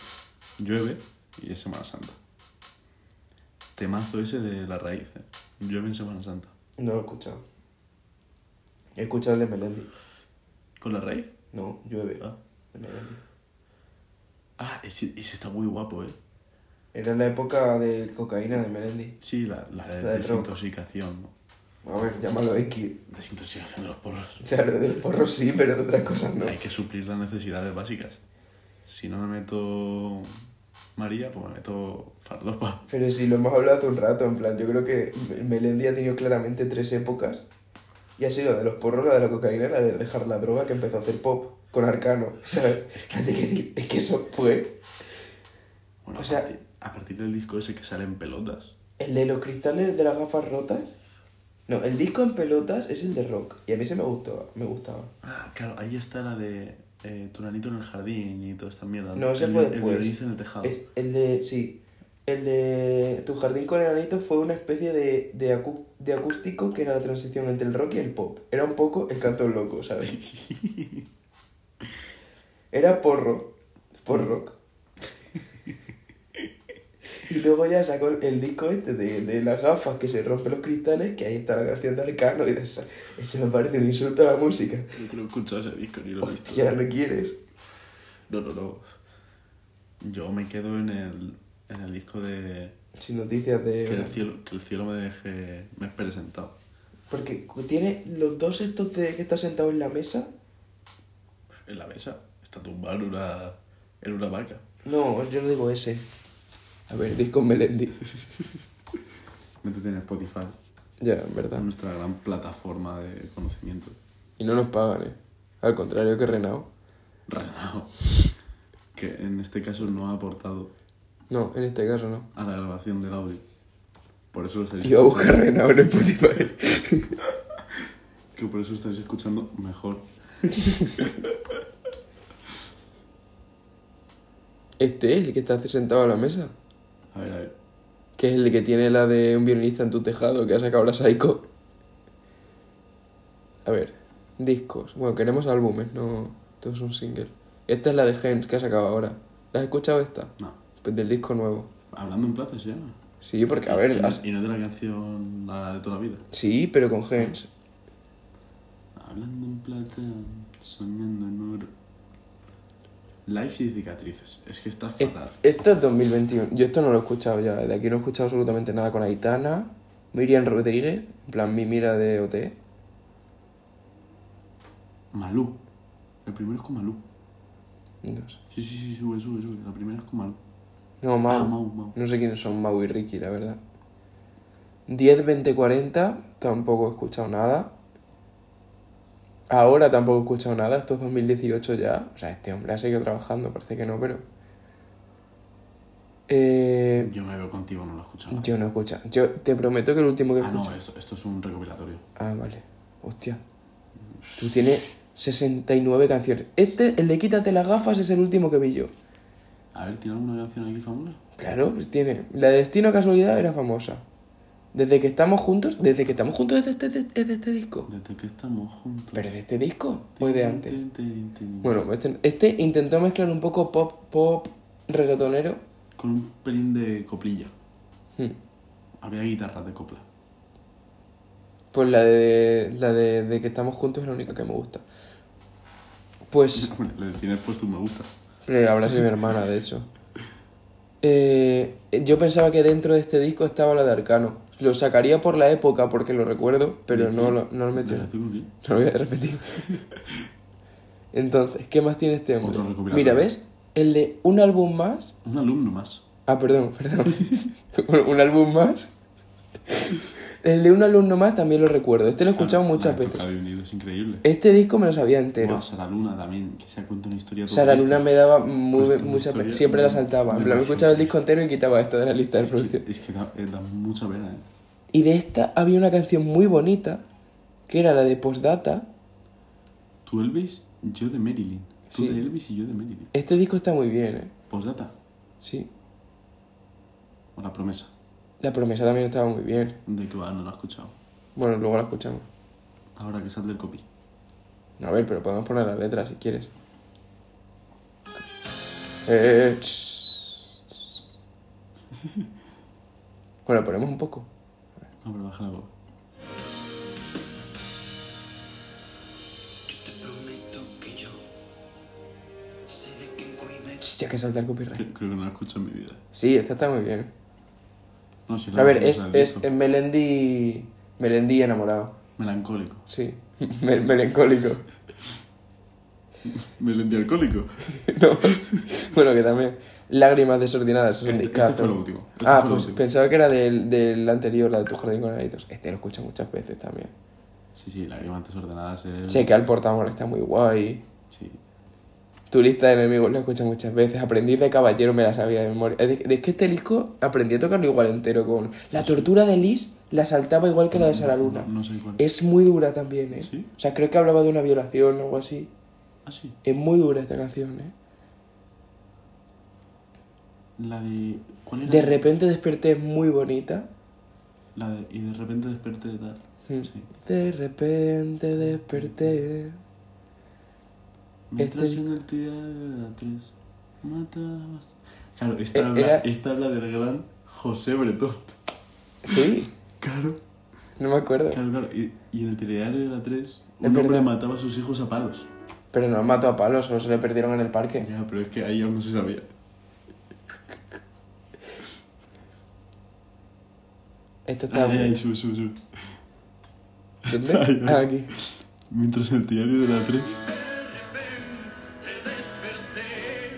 B: Llueve y es Semana Santa. Temazo ese de la raíz, eh. Llueve en Semana Santa.
A: No lo he escuchado. He escuchado el de Melendi.
B: ¿Con la raíz?
A: No, llueve.
B: Ah.
A: De Melendi.
B: Ah, ese, ese está muy guapo, eh.
A: Era la época de cocaína de Melendi.
B: Sí, la, la de
A: La del rock.
B: desintoxicación. ¿no?
A: A ver, llámalo X.
B: Desintoxicación de los porros.
A: Claro, del porro sí, pero de otras cosas no.
B: Hay que suplir las necesidades básicas. Si no me meto María, pues me meto fardopa.
A: Pero sí, lo hemos hablado hace un rato, en plan, yo creo que M- Melendi ha tenido claramente tres épocas. Y ha sido la de los porros, la de la cocaína, y la de dejar la droga que empezó a hacer pop con Arcano. *laughs* ¿Sabes? es que eso fue...
B: Bueno,
A: O
B: o
A: sea-
B: sea, a partir, a partir del disco ese que sale en pelotas.
A: El de los cristales de las gafas rotas. No, el disco en pelotas es el de rock. Y a mí se me gustó, me gustaba.
B: Ah, claro, ahí está la de eh, Tu nanito en el jardín y toda esta mierda.
A: No, ese
B: El-
A: fue
B: El
A: después.
B: Ah. violinista en el tejado.
A: Es el de, sí. El de Tu jardín con enanitos fue una especie de, de, acú- de acústico que era la transición entre el rock y el pop. Era un poco el canto del loco,
B: *laughs*
A: ¿sabes? Era porro,
B: Mm.
A: por rock. Y luego ya sacó el disco este de, de las gafas que se rompen los cristales, que ahí está la canción de Arcano y de esa. Eso me parece un insulto a la música.
B: Yo creo que he escuchado ese disco ni lo he visto.
A: Hostia, ¿no quieres?
B: No, no, no. Yo me quedo en el, en el disco de
A: Sin noticias de...
B: que el, cielo, que el cielo me deje. Me espere sentado.
A: Porque tiene los dos estos de que está sentado en la mesa.
B: En la mesa. Está tumbado en una, en una vaca.
A: No, yo no digo ese. A ver, disco Melendi.
B: Métete en Spotify.
A: ya, en verdad.
B: Nuestra gran plataforma de conocimiento.
A: Y no nos pagan, ¿eh? Al contrario que Renao.
B: Renao. Que en este caso no ha aportado
A: No, en este caso no.
B: a la grabación del audio. Por eso lo estaréis
A: Yo voy a buscar
B: escuchando-
A: Renao en Spotify.
B: que por eso lo estaréis escuchando mejor.
A: Este es el que está sentado a la mesa.
B: A ver, a ver.
A: Que es el que tiene la de un violinista en tu tejado que ha sacado la Psycho. A ver, discos. Bueno, queremos álbumes, no. Esto es un single. Esta es la de Gens que ha sacado ahora. ¿La has escuchado esta?
B: No.
A: Pues del disco nuevo.
B: Hablando en plata se llama.
A: Sí, porque a
B: Y
A: ver,
B: no-
A: has-
B: Y no de la canción la de toda la vida.
A: sí, pero con Gens.
B: Hablando en plata, soñando en oro. Likes y cicatrices. Es que está
A: Es-
B: fatal.
A: Esto es 2021. Yo esto no lo he escuchado ya. De aquí no he escuchado absolutamente nada con Aitana, Miriam Rodríguez, en plan mi mira de OT.
B: Malú. El primero es con Malú.
A: No, sé.
B: Sí, sí, sí, sube, sube, sube. La primera es con Malú.
A: No, Mau.
B: Ah, Mau, Mau.
A: No sé quiénes son Mau y Ricky, la verdad. 10, 20, 40, tampoco he escuchado nada. Ahora tampoco he escuchado nada, esto es 2018 ya. O sea, este hombre ha seguido trabajando, parece que no, pero. Eh,
B: Yo me veo contigo, no lo he escuchado.
A: yo no escucha. Yo te prometo que el último que
B: Ah,
A: escucho.
B: no, esto, esto es un recopilatorio.
A: Ah, vale. Hostia. Tú tienes 69 canciones. Este, el de Quítate las gafas, es el último que vi yo.
B: A ver, ¿tiene alguna canción aquí famosa?
A: Claro, pues tiene. La de Destino Casualidad era famosa. Desde que estamos juntos, desde que estamos juntos es de este, es de este disco.
B: Desde que estamos juntos.
A: ¿Pero es de este disco? ¿O es de antes?
B: Tin, tin, tin.
A: Bueno, este, este intentó mezclar un poco pop, pop, reggaetonero.
B: Con un pelín de coplilla.
A: Hmm.
B: Había guitarras de copla. *laughs*
A: Pues la de, la de, de que estamos juntos es la única que me gusta. Pues
B: Hombre, Le tienes puesto un me gusta.
A: Le hablas de mi hermana, de hecho. Eh, yo pensaba que dentro de este disco estaba la de Arcano. Lo sacaría por la época, porque lo recuerdo, pero
B: ¿De
A: no
B: quién?
A: lo, no lo metí.
B: ¿De
A: No
B: la Circle
A: *laughs*
B: K?
A: lo voy a repetir. Entonces, ¿qué más tiene este hombre?
B: Otro recopilatorio.
A: Mira, ¿ves? El de un álbum más.
B: Un alumno más.
A: Ah, perdón, perdón. *laughs* Bueno, un álbum más. El de un alumno más también lo recuerdo. Este
B: Ah,
A: lo he escuchado
B: Claro,
A: muchas
B: la época
A: veces.
B: de Unido es increíble.
A: Este disco me lo sabía entero.
B: Buah, Sara Luna también, que se ha contado una historia.
A: Sara
B: rupturista.
A: Luna me daba muy,
B: Pues,
A: mucha
B: historia
A: pena. Siempre la saltaba. En plan, me escuchaba el
B: demasiado.
A: disco entero y quitaba esta de la lista de reproducción.
B: Es que da, eh, da mucha pena, ¿eh?
A: Y de esta había una canción muy bonita, que era la de Postdata.
B: Tú Elvis, yo de Marilyn. Tú
A: Sí.
B: de Elvis y yo de Marilyn.
A: Este disco está muy bien, ¿eh?
B: Postdata,
A: Sí.
B: o la promesa,
A: La promesa también estaba muy bien.
B: de que va, no la he escuchado.
A: Bueno, luego la escuchamos.
B: Ahora que sale del copy.
A: A ver, pero podemos poner la letra si quieres. Eh, eh, tss, tss. Bueno, ponemos un poco.
B: No, pero baja la voz.
C: Yo te prometo que yo seré quien cuide
A: Tss, Ya que salta el copyright.
B: Creo, creo que no la he escuchado en mi vida.
A: Sí, esta está muy bien.
B: No, si la
A: A ver,
B: he
A: es,
B: escuchado,
A: es em-
B: la he visto.
A: en Melendi. Melendi enamorado.
B: Melancólico.
A: Sí. *laughs* Mel- melancólico. *laughs*
B: Melendi alcohólico.
A: No. Bueno, que también. Lágrimas desordinadas. Es un
B: Este,
A: discazo.
B: este fue lo último. Este
A: ah,
B: fue lo
A: pues
B: último.
A: pensaba que era del, del anterior, la de tu jardín con enanitos. Este lo escucho muchas veces también.
B: Sí, sí, lágrimas desordenadas es.
A: Checa el portamor, está muy guay.
B: Sí.
A: Tu lista de enemigos la escucho muchas veces. Aprendí de caballero, me la sabía de memoria. Es, de- es que este disco aprendí a tocarlo igual entero con. La tortura de Liz la saltaba igual que la de Sara Luna.
B: No, no sé cuál.
A: Es muy dura también, ¿eh?
B: ¿Sí?
A: O sea, creo que hablaba de una violación o algo así.
B: Ah, sí.
A: Es muy dura esta canción, ¿eh?
B: La de. ¿Cuál era?
A: De repente desperté es muy bonita.
B: La de. Y de repente desperté de tal.
A: Mm.
B: Sí.
A: De repente desperté.
B: Mientras
A: Este-
B: en el día de la tres matabas. Claro, esta,
A: Eh,
B: habla,
A: era-
B: esta habla del gran José Bretón.
A: *laughs* Sí,
B: Claro.
A: no me acuerdo.
B: Claro, claro. Y, y en el telediario de la 3, un
A: Es
B: hombre
A: verdad.
B: mataba a sus hijos a palos.
A: Pero no mató a palos, solo se le perdieron en el parque.
B: Ya, pero es que ahí aún no se sabía.
A: Esto está
B: Ay, ay,
A: bueno.
B: sube, sube, sube.
A: ¿Dónde?
B: ay, ay.
A: Ah,
B: *laughs*
A: aquí.
B: Mientras en el diario de la 3.
C: Te desperté.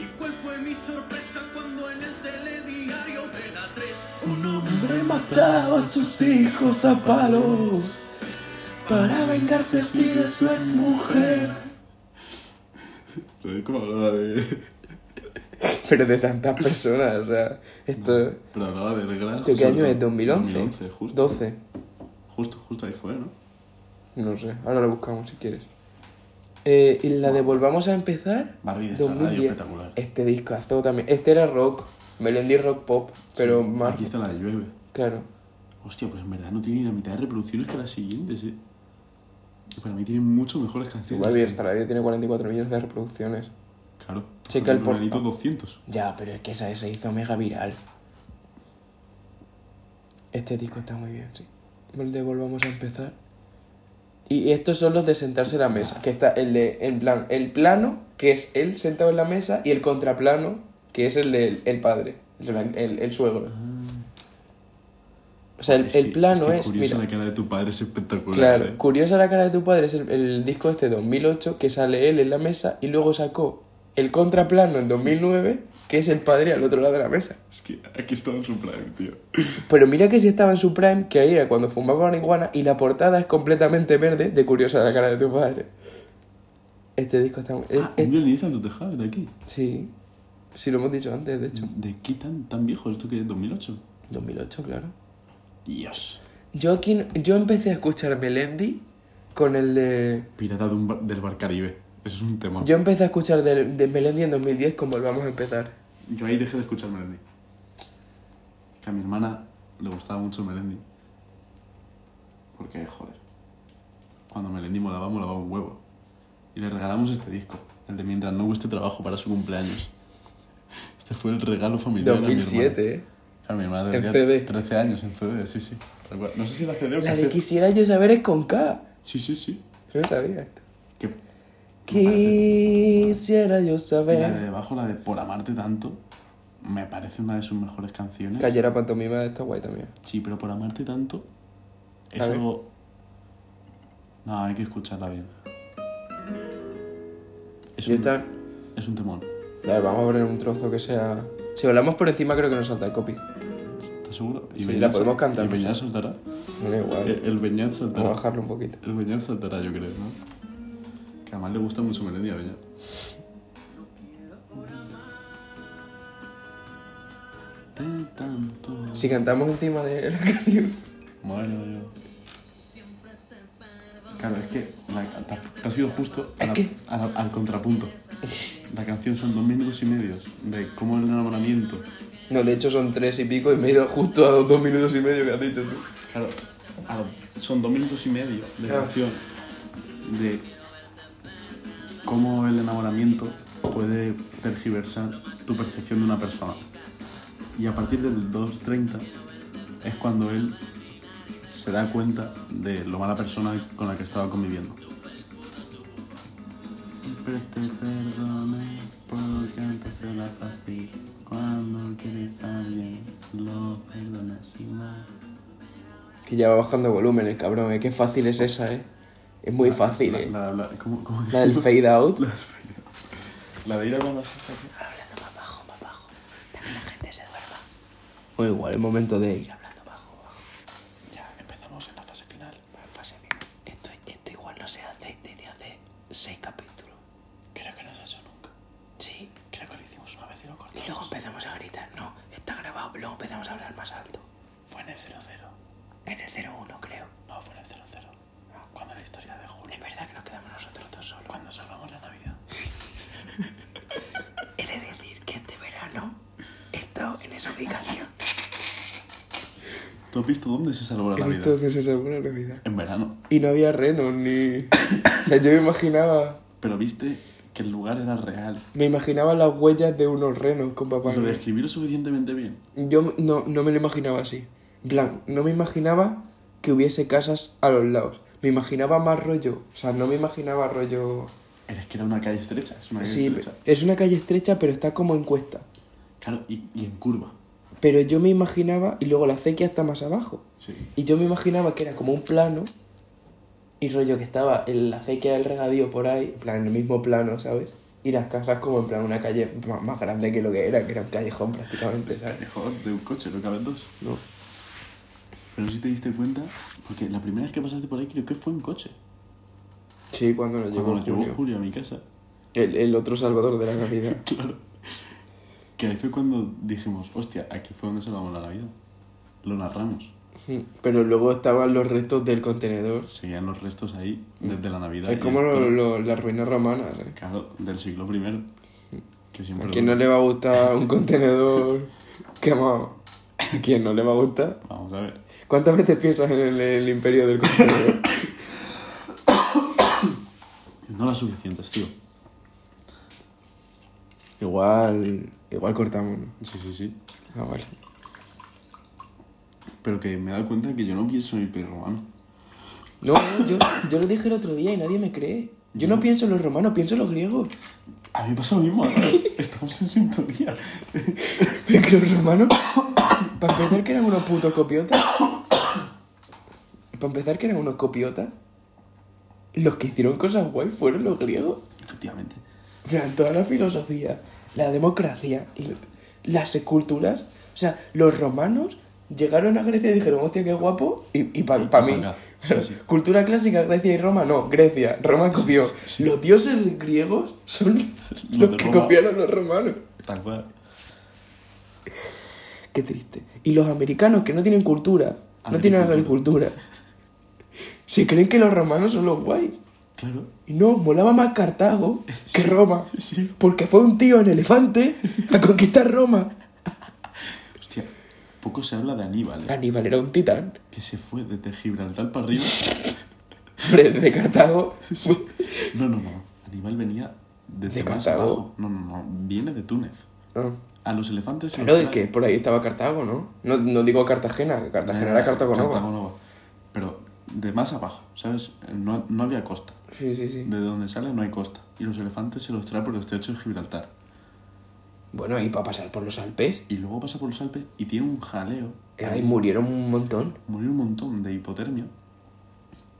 C: ¿Y cuál fue mi sorpresa cuando en el telediario de la 3
B: Un
A: hombre mataba a sus hijos a palos para vengarse así de su exmujer.
B: ¿Cómo hablaba de.?
A: Pero de tantas personas, o sea, esto.
B: Pero hablaba del gran.
A: ¿Esto
B: José
A: qué año
B: Bretón.
A: es? 2011?
B: 2011, justo.
A: 12.
B: Justo, justo ahí fue, ¿no?
A: No sé, ahora lo buscamos si quieres. Eh, y la de Volvamos a empezar.
B: Barbie de esta radio
A: 2010.
B: espectacular.
A: Este discazo también. Este era rock, melendí rock pop, pero más.
B: Aquí está la de llueve.
A: Claro.
B: Hostia, pues en verdad no tiene ni la mitad de reproducciones que las siguientes, eh. Y Para mí tienen mucho mejores canciones.
A: Igual esta radio tiene 44 millones de reproducciones.
B: Claro. pues
A: Checa el
B: portal.
A: portal.
B: 200.
A: Ya, pero es que esa se hizo mega viral. Este disco está muy bien, sí. El de Volvamos a empezar. Y estos son los de sentarse a la mesa, que está el de, en plan, el plano, que es él sentado en la mesa, y el contraplano, que es el del el padre, el, el- el suegro. O sea, el,
B: Es que-
A: el plano
B: que
A: Ah. es,
B: curiosa
A: mira,
B: la cara de tu padre es espectacular.
A: Claro,
B: eh.
A: curiosa la cara de tu padre es el, el disco este 2008 que sale él en la mesa y luego sacó el contraplano en 2009 que es el padre al otro lado de la mesa.
B: Es que aquí estaba en su prime, tío.
A: Pero mira que si estaba en su prime, que ahí era cuando fumaba marihuana y la portada es completamente verde de curiosa la cara de tu padre. Este disco está... muy-
B: Ah,
A: es-
B: un violinista en tu tejado de aquí.
A: sí, sí lo hemos dicho antes, de hecho.
B: ¿De qué tan, tan viejo esto que es? ¿2008?
A: 2008, claro.
B: Dios.
A: Yo aquí, yo empecé a escuchar Melendi con el de...
B: Pirata de un bar- del Bar Caribe. Eso es un tema.
A: Yo empecé a escuchar de, de Melendi en 2010 con Volvamos a empezar.
B: Yo ahí dejé de escuchar Melendi. Que a mi hermana le gustaba mucho Melendi. Porque, joder. Cuando Melendi molaba, molaba un huevo. Y le regalamos este disco. El de Mientras no cueste trabajo para su cumpleaños. Este fue el regalo familiar. a mi hermana.
A: 2007, ¿eh?
B: Claro, mi hermana
A: En
B: tenía
A: CD.
B: 13 años en CD, sí, sí. Tal cual. No sé si la CD o
A: La de
B: cassette.
A: Quisiera yo saber es con K.
B: Sí, sí, sí.
A: Yo no sabía esto.
B: Que
A: Quisiera yo
B: y la de
A: saber.
B: debajo, la de Por amarte tanto, me parece una de sus mejores canciones.
A: Cayera pantomima está guay también.
B: Sí, pero Por amarte tanto es
A: A ver.
B: algo... No, hay que escucharla bien. Es
A: Yo
B: un,
A: está...
B: es un temón.
A: Dale, vamos a poner un trozo que sea. Si hablamos por encima, creo que nos salta el copy.
B: ¿Estás seguro?
A: Sí,
B: Beñat
A: la
B: sa-
A: podemos cantar,
B: ¿Y
A: no sé.
B: Beñat saltará?
A: No da igual.
B: El, el Beñat saltará.
A: Vamos a bajarlo un poquito.
B: El Beñat saltará, yo creo, ¿no? Que además le gusta mucho Melendi a Beñat. De tanto.
A: Si cantamos encima de la *laughs* canción.
B: Bueno, yo. Claro, es que la- te, has- te has ido justo a
A: Es
B: la-
A: que-
B: a la- al contrapunto. La canción son dos minutos y medio de cómo el enamoramiento.
A: No, de hecho son tres y pico y me he ido justo a los dos minutos y medio que has dicho tú.
B: Claro, a- son dos minutos y medio de
A: Ah.
B: canción de cómo el enamoramiento puede tergiversar tu percepción de una persona. Y a partir del 2.30 es cuando él se da cuenta de lo mala persona con la que estaba conviviendo. Siempre te perdoné porque antes era fácil. Cuando quieres a alguien, lo perdonas igual.
A: Que ya va bajando volumen el cabrón, ¿eh? Qué fácil es esa, ¿eh? Es muy fácil,
B: La-
A: ¿eh?
B: La, la- ¿cómo- cómo
A: La del fade out.
B: La de ir hablando así. ¿sabes?
A: Hablando más bajo, más bajo. Para que la gente se duerma. O igual, es momento de ir hablando bajo, bajo.
B: Ya empezamos en la fase final.
A: La fase final. Esto, esto igual no se hace desde hace seis capítulos.
B: Creo que no se ha hecho nunca.
A: Sí.
B: Creo que lo hicimos una vez y lo cortamos.
A: Y luego empezamos a gritar, no, está grabado, luego empezamos a hablar más alto.
B: Fue en el 0-0.
A: En el 01 creo.
B: No, fue en el 0-0. Cuando la historia de Julio.
A: Es verdad que nos quedamos nosotros dos solos.
B: Cuando salvamos la Navidad.
A: He de decir que este verano tienes ubicación.
B: ¿Tú has visto dónde se salvó
A: *laughs*
B: la
A: He
B: Navidad?
A: visto dónde se salvó la Navidad.
B: En verano.
A: Y no había renos ni. O sea, yo me imaginaba.
B: Pero viste que el lugar era real.
A: Me imaginaba las huellas de unos renos con papá
B: Lo
A: Noel.
B: describí lo suficientemente bien.
A: Yo no, no me lo imaginaba así. En plan, no me imaginaba que hubiese casas a los lados. Me imaginaba más rollo. O sea, no me imaginaba rollo.
B: Pero es que era una calle estrecha. Es una calle
A: Sí,
B: estrecha.
A: es una calle estrecha, pero está como en cuesta.
B: Claro, y, y en curva.
A: Pero yo me imaginaba, y luego la acequia está más abajo.
B: Sí.
A: Y yo me imaginaba que era como un plano, y rollo que estaba en la acequia del regadío por ahí, en plan, en el mismo plano, ¿sabes? Y las casas como en plan una calle ma- más grande que lo que era, que era un callejón prácticamente, ¿sabes?
B: Mejor de un coche, no caben dos.
A: No.
B: Pero si te diste cuenta, porque la primera vez que pasaste por ahí creo que fue en coche.
A: Sí, cuando nos
B: Cuando
A: llegó
B: nos llevó
A: Julio.
B: Julio a mi casa.
A: El, el otro salvador de la
B: *laughs*
A: Navidad.
B: Claro. Que ahí fue cuando dijimos, hostia, aquí fue donde salvamos la vida. Lo narramos.
A: Mm, Pero luego estaban los restos del contenedor.
B: Seguían los restos ahí desde la Navidad.
A: Mm. Es
B: y
A: como
B: esto-
A: lo- lo- las ruinas romanas, ¿eh?
B: Claro, del siglo primero. Que
A: ¿A
B: siempre...
A: quién no le va a gustar un contenedor
B: *laughs*
A: quemado? ¿A quién no le va a gustar?
B: Vamos a ver.
A: ¿Cuántas veces piensas en el, el imperio del contenedor?
B: No las suficientes, tío.
A: igual, igual cortamos. ¿no?
B: Sí, sí, sí.
A: Ah, vale.
B: Pero que me he dado cuenta que yo no pienso en el imperio romano.
A: No, no, yo, yo lo dije el otro día y nadie me cree. Yo no pienso en los romanos, pienso en los griegos. *coughs*
B: A mí me pasa lo mismo. ahora.
A: *laughs*
B: Estamos en sintonía.
A: Pero que los romanos, *coughs* para empezar que eran unos putos copiotas. *coughs* Para empezar que eran unos copiotas. Los que hicieron cosas guay fueron los griegos.
B: Efectivamente.
A: En plan, toda la filosofía, la democracia, y las esculturas. O sea, los romanos llegaron a Grecia y dijeron, hostia, qué guapo. Y, y para
B: pa'
A: mí,
B: acá. Sí, sí.
A: *laughs* cultura clásica, Grecia y Roma, no, Grecia, Roma copió. Los dioses griegos son
B: Los
A: los
B: de
A: que
B: Roma.
A: copiaron los romanos.
B: Tal cual.
A: Qué triste. Y los americanos que no tienen cultura, no tienen
B: Agricultura.
A: agricultura, se creen que los romanos son los guays.
B: Claro.
A: Y no, molaba más Cartago que Roma.
B: sí.
A: Porque fue un tío en elefante a conquistar Roma.
B: Hostia, poco se habla de Aníbal, ¿eh?
A: Aníbal era un titán.
B: Que se fue desde Gibraltar para arriba.
A: Hombre, de Cartago.
B: No, no, no. Aníbal venía desde
A: ¿De
B: más
A: Cartago?
B: abajo. No, no, no. Viene de Túnez.
A: No.
B: A los elefantes se
A: Claro,
B: los
A: Ah, es que
B: trae-
A: por ahí estaba Cartago, ¿no? No, no digo Cartagena, que Cartagena era Cartagonova.
B: Ah, Cartagonova. Pero de más abajo, ¿sabes? No, no había costa.
A: Sí, sí, sí.
B: De donde sale no hay costa. Y los elefantes se los trae por el estrecho de Gibraltar.
A: Bueno, y para pasar por los Alpes,
B: Y luego pasa por los Alpes y tiene un jaleo.
A: eh, ahí murieron un montón.
B: Murió un montón de hipotermia.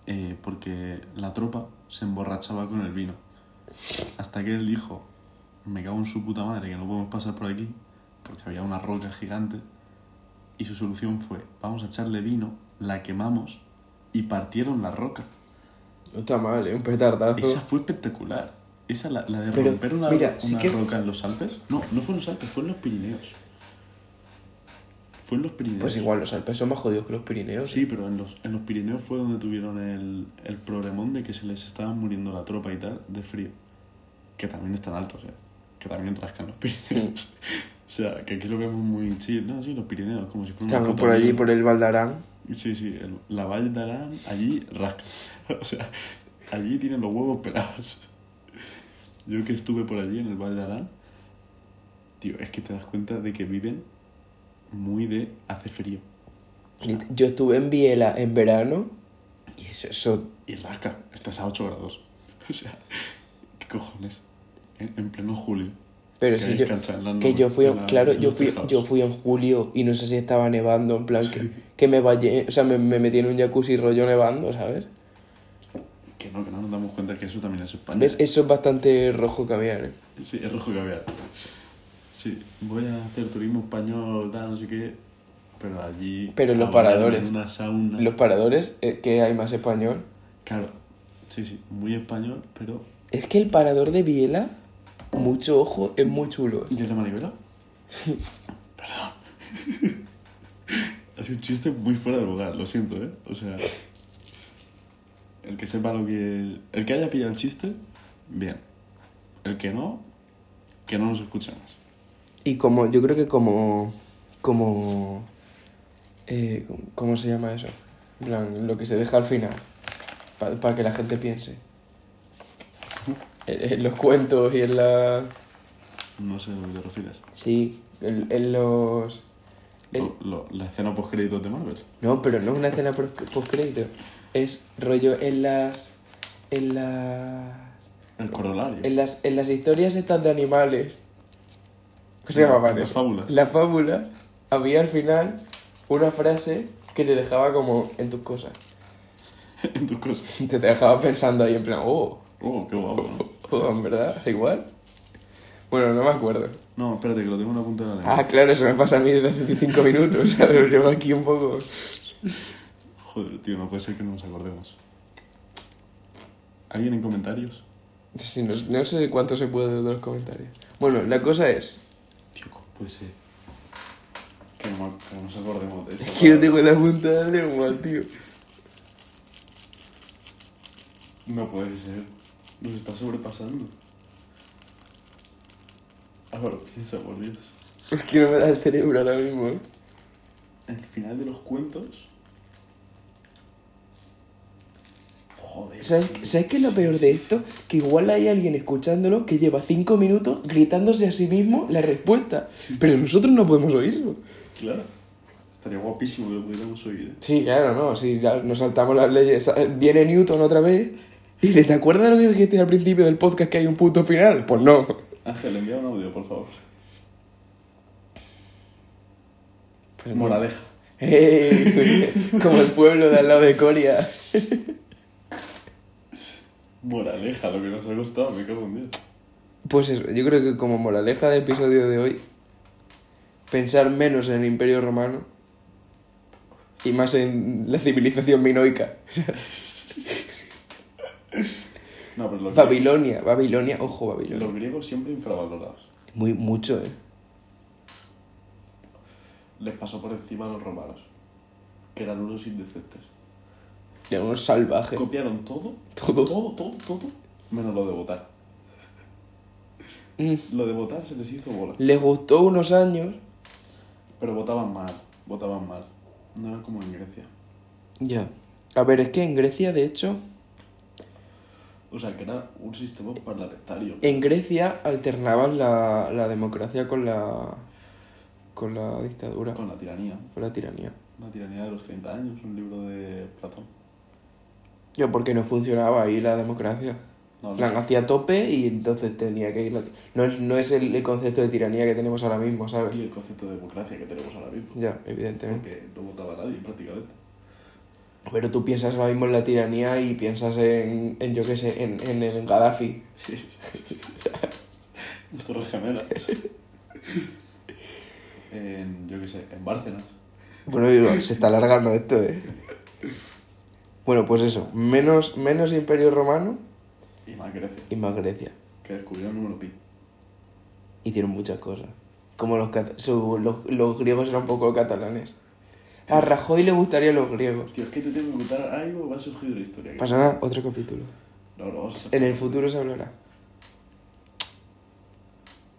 B: eh, porque la tropa se emborrachaba con el vino. Hasta que él dijo, me cago en su puta madre que no podemos pasar por aquí. Porque había una roca gigante. Y su solución fue, vamos a echarle vino, la quemamos y partieron la roca.
A: No está mal, ¿eh? Un petardazo.
B: Esa fue espectacular. Esa, la, la de
A: Pero,
B: romper una,
A: mira, sí
B: una
A: que-
B: roca en los Alpes. No, no fue en los Alpes, fue en los Pirineos. Fue en los Pirineos.
A: Pues igual, los Alpes son más jodidos que los Pirineos.
B: Sí, pero en los, en los Pirineos fue donde tuvieron el, el problemón de que se les estaba muriendo la tropa y tal de frío. Que también están altos, ¿eh? Que también rascan los Pirineos. *laughs* o sea, que aquí lo vemos muy chill. No, sí, los Pirineos, como si fuera una
A: Estamos
B: puta
A: por allí,
B: mierda.
A: por el Valdarán.
B: Sí, sí, el- la Valle de Arán, allí rasca. *laughs* O sea, allí tienen los huevos pelados. Yo que estuve por allí en el Valle de Arán, tío, es que te das cuenta de que viven muy de hace frío
A: Yo estuve en Biela en verano y eso, eso
B: y rasca, estás a 8 grados. *laughs* O sea, ¿qué cojones? En, en pleno julio.
A: Pero
B: Que
A: si yo,
B: descansa en la
A: que
B: nube,
A: yo fui,
B: en la-
A: claro,
B: en
A: yo
B: los
A: fui,
B: tejados.
A: yo fui en julio y no sé si estaba nevando, en plan que, que me bañé, o sea, me, me metí en un jacuzzi rollo nevando, ¿sabes?
B: Que no, que no nos damos cuenta que eso también es España.
A: ¿Ves? Eso es bastante rojo caviar, ¿eh?
B: Sí, es rojo caviar. Sí, voy a hacer turismo español, tal, no sé qué. Pero allí.
A: Pero en los
B: a
A: paradores.
B: bailar En una sauna.
A: Los paradores, eh, que hay más español.
B: Claro, sí, sí, muy español, pero.
A: Es que el parador de Biela, mucho ojo, es muy chulo.
B: ¿Y el de *laughs* Manivela? Perdón. *laughs* ha sido un chiste muy fuera de lugar, lo siento, ¿eh? O sea. El que sepa lo que. El que haya pillado el chiste, bien. El que no, que no nos escuche más.
A: Y como, yo creo que como, como... eh, ¿Cómo se llama eso? En plan, lo que se deja al final, pa- para que la gente piense. En, en los cuentos y en la...
B: No sé a lo que te refieres.
A: Sí, en, en los... en-
B: Lo- lo- la escena post-créditos de Marvel.
A: No, pero no es una escena post- postcrédito. Es rollo en las... En las...
B: El corolario.
A: En las, en las historias estas de animales. ¿Cómo se llamaban
B: Las
A: eso?
B: fábulas.
A: Las fábulas. Había al final una frase que te dejaba como en tus cosas.
B: *laughs*
A: *laughs*
B: en tus cosas.
A: Te dejaba pensando ahí en plan, oh,
B: Oh, qué guapo, ¿no?
A: oh, en verdad, igual. Bueno, no me acuerdo.
B: No, espérate, que lo tengo en una punta de la lengua.
A: Ah, claro, eso me pasa a mí desde hace 5 minutos. *laughs* ¿sabes? Llevo aquí un poco.
B: Joder, tío, no puede ser que no nos acordemos. ¿Alguien en comentarios?
A: Sí, no, no sé cuánto se puede de los comentarios. Bueno, la cosa es
B: Tío, ¿cómo puede ser? Que no, que no nos acordemos de eso.
A: que yo tengo la punta de la lengua, tío.
B: No puede ser. Nos está sobrepasando. Ahora piensa, por Dios.
A: Es que no me da el cerebro ahora mismo. ¿eh?
B: El final de los cuentos. Joder.
A: ¿Sabes,
B: tío.
A: ¿Sabes qué es lo peor de esto? Que igual hay alguien escuchándolo que lleva cinco minutos gritándose a sí mismo la respuesta. Pero nosotros no podemos oírlo.
B: Claro. Estaría guapísimo que lo pudiéramos oír. ¿eh?
A: Sí, claro, no. Si ya nos saltamos las leyes. ¿sabes? Viene Newton otra vez y dice, ¿te acuerdas de lo que dijiste al principio del podcast que hay un punto final? Pues no.
B: Ángel, envía un audio, por favor.
A: Pues no.
B: Moraleja.
A: ¡Ey! Eh, *laughs* Como el pueblo de al lado de Coria.
B: Moraleja, lo que nos ha costado, me cago en Dios.
A: Pues eso, yo creo que como moraleja del episodio de hoy, pensar menos en el Imperio Romano y más en la civilización minoica.
B: No, pero los,
A: Babilonia, Babilonia, ojo
B: griegos, los
A: Babilonia.
B: griegos siempre infravalorados.
A: Muy mucho, eh.
B: Les pasó por encima a los romanos, que eran unos indecentes.
A: De unos salvajes.
B: Copiaron todo,
A: Todo.
B: todo, todo, todo, menos lo de votar.
A: Mm.
B: Lo de votar se les hizo bola.
A: Les gustó unos años.
B: Pero votaban mal, votaban mal. No era como en Grecia.
A: Ya. A ver, es que en Grecia, de hecho,
B: O sea, que era un sistema parlamentario.
A: en Grecia alternaban la, la democracia con la. con la dictadura,
B: Con la tiranía.
A: con la tiranía.
B: La tiranía de los 30 años, un libro de Platón.
A: Ya, porque no funcionaba ahí la democracia.
B: No,
A: plan,
B: los-
A: hacía tope y entonces tenía que ir la ti- No es, no es el, el concepto de tiranía que tenemos ahora mismo, ¿sabes?
B: y el concepto de democracia que tenemos ahora mismo.
A: Ya, evidentemente.
B: Porque no votaba nadie prácticamente.
A: Pero tú piensas ahora mismo en la tiranía y piensas en, en yo qué sé, en, en el Gaddafi.
B: Sí, *laughs* Las Torres Gemelas. en, yo qué sé, en Bárcenas.
A: Bueno, digo, se está alargando esto, ¿eh? Bueno, pues eso. Menos, menos Imperio Romano
B: Y más Grecia,
A: y más Grecia.
B: que descubrieron el número pi.
A: Hicieron muchas cosas. Como los, cata- su- los, los griegos eran un poco catalanes. A Rajoy le gustarían los griegos.
B: Tío, es que te tengo que contar algo, va a surgir la historia. aquí.
A: Pasa nada, otro capítulo.
B: No, no, vamos a-
A: En el futuro se hablará.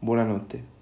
A: Buenas noches.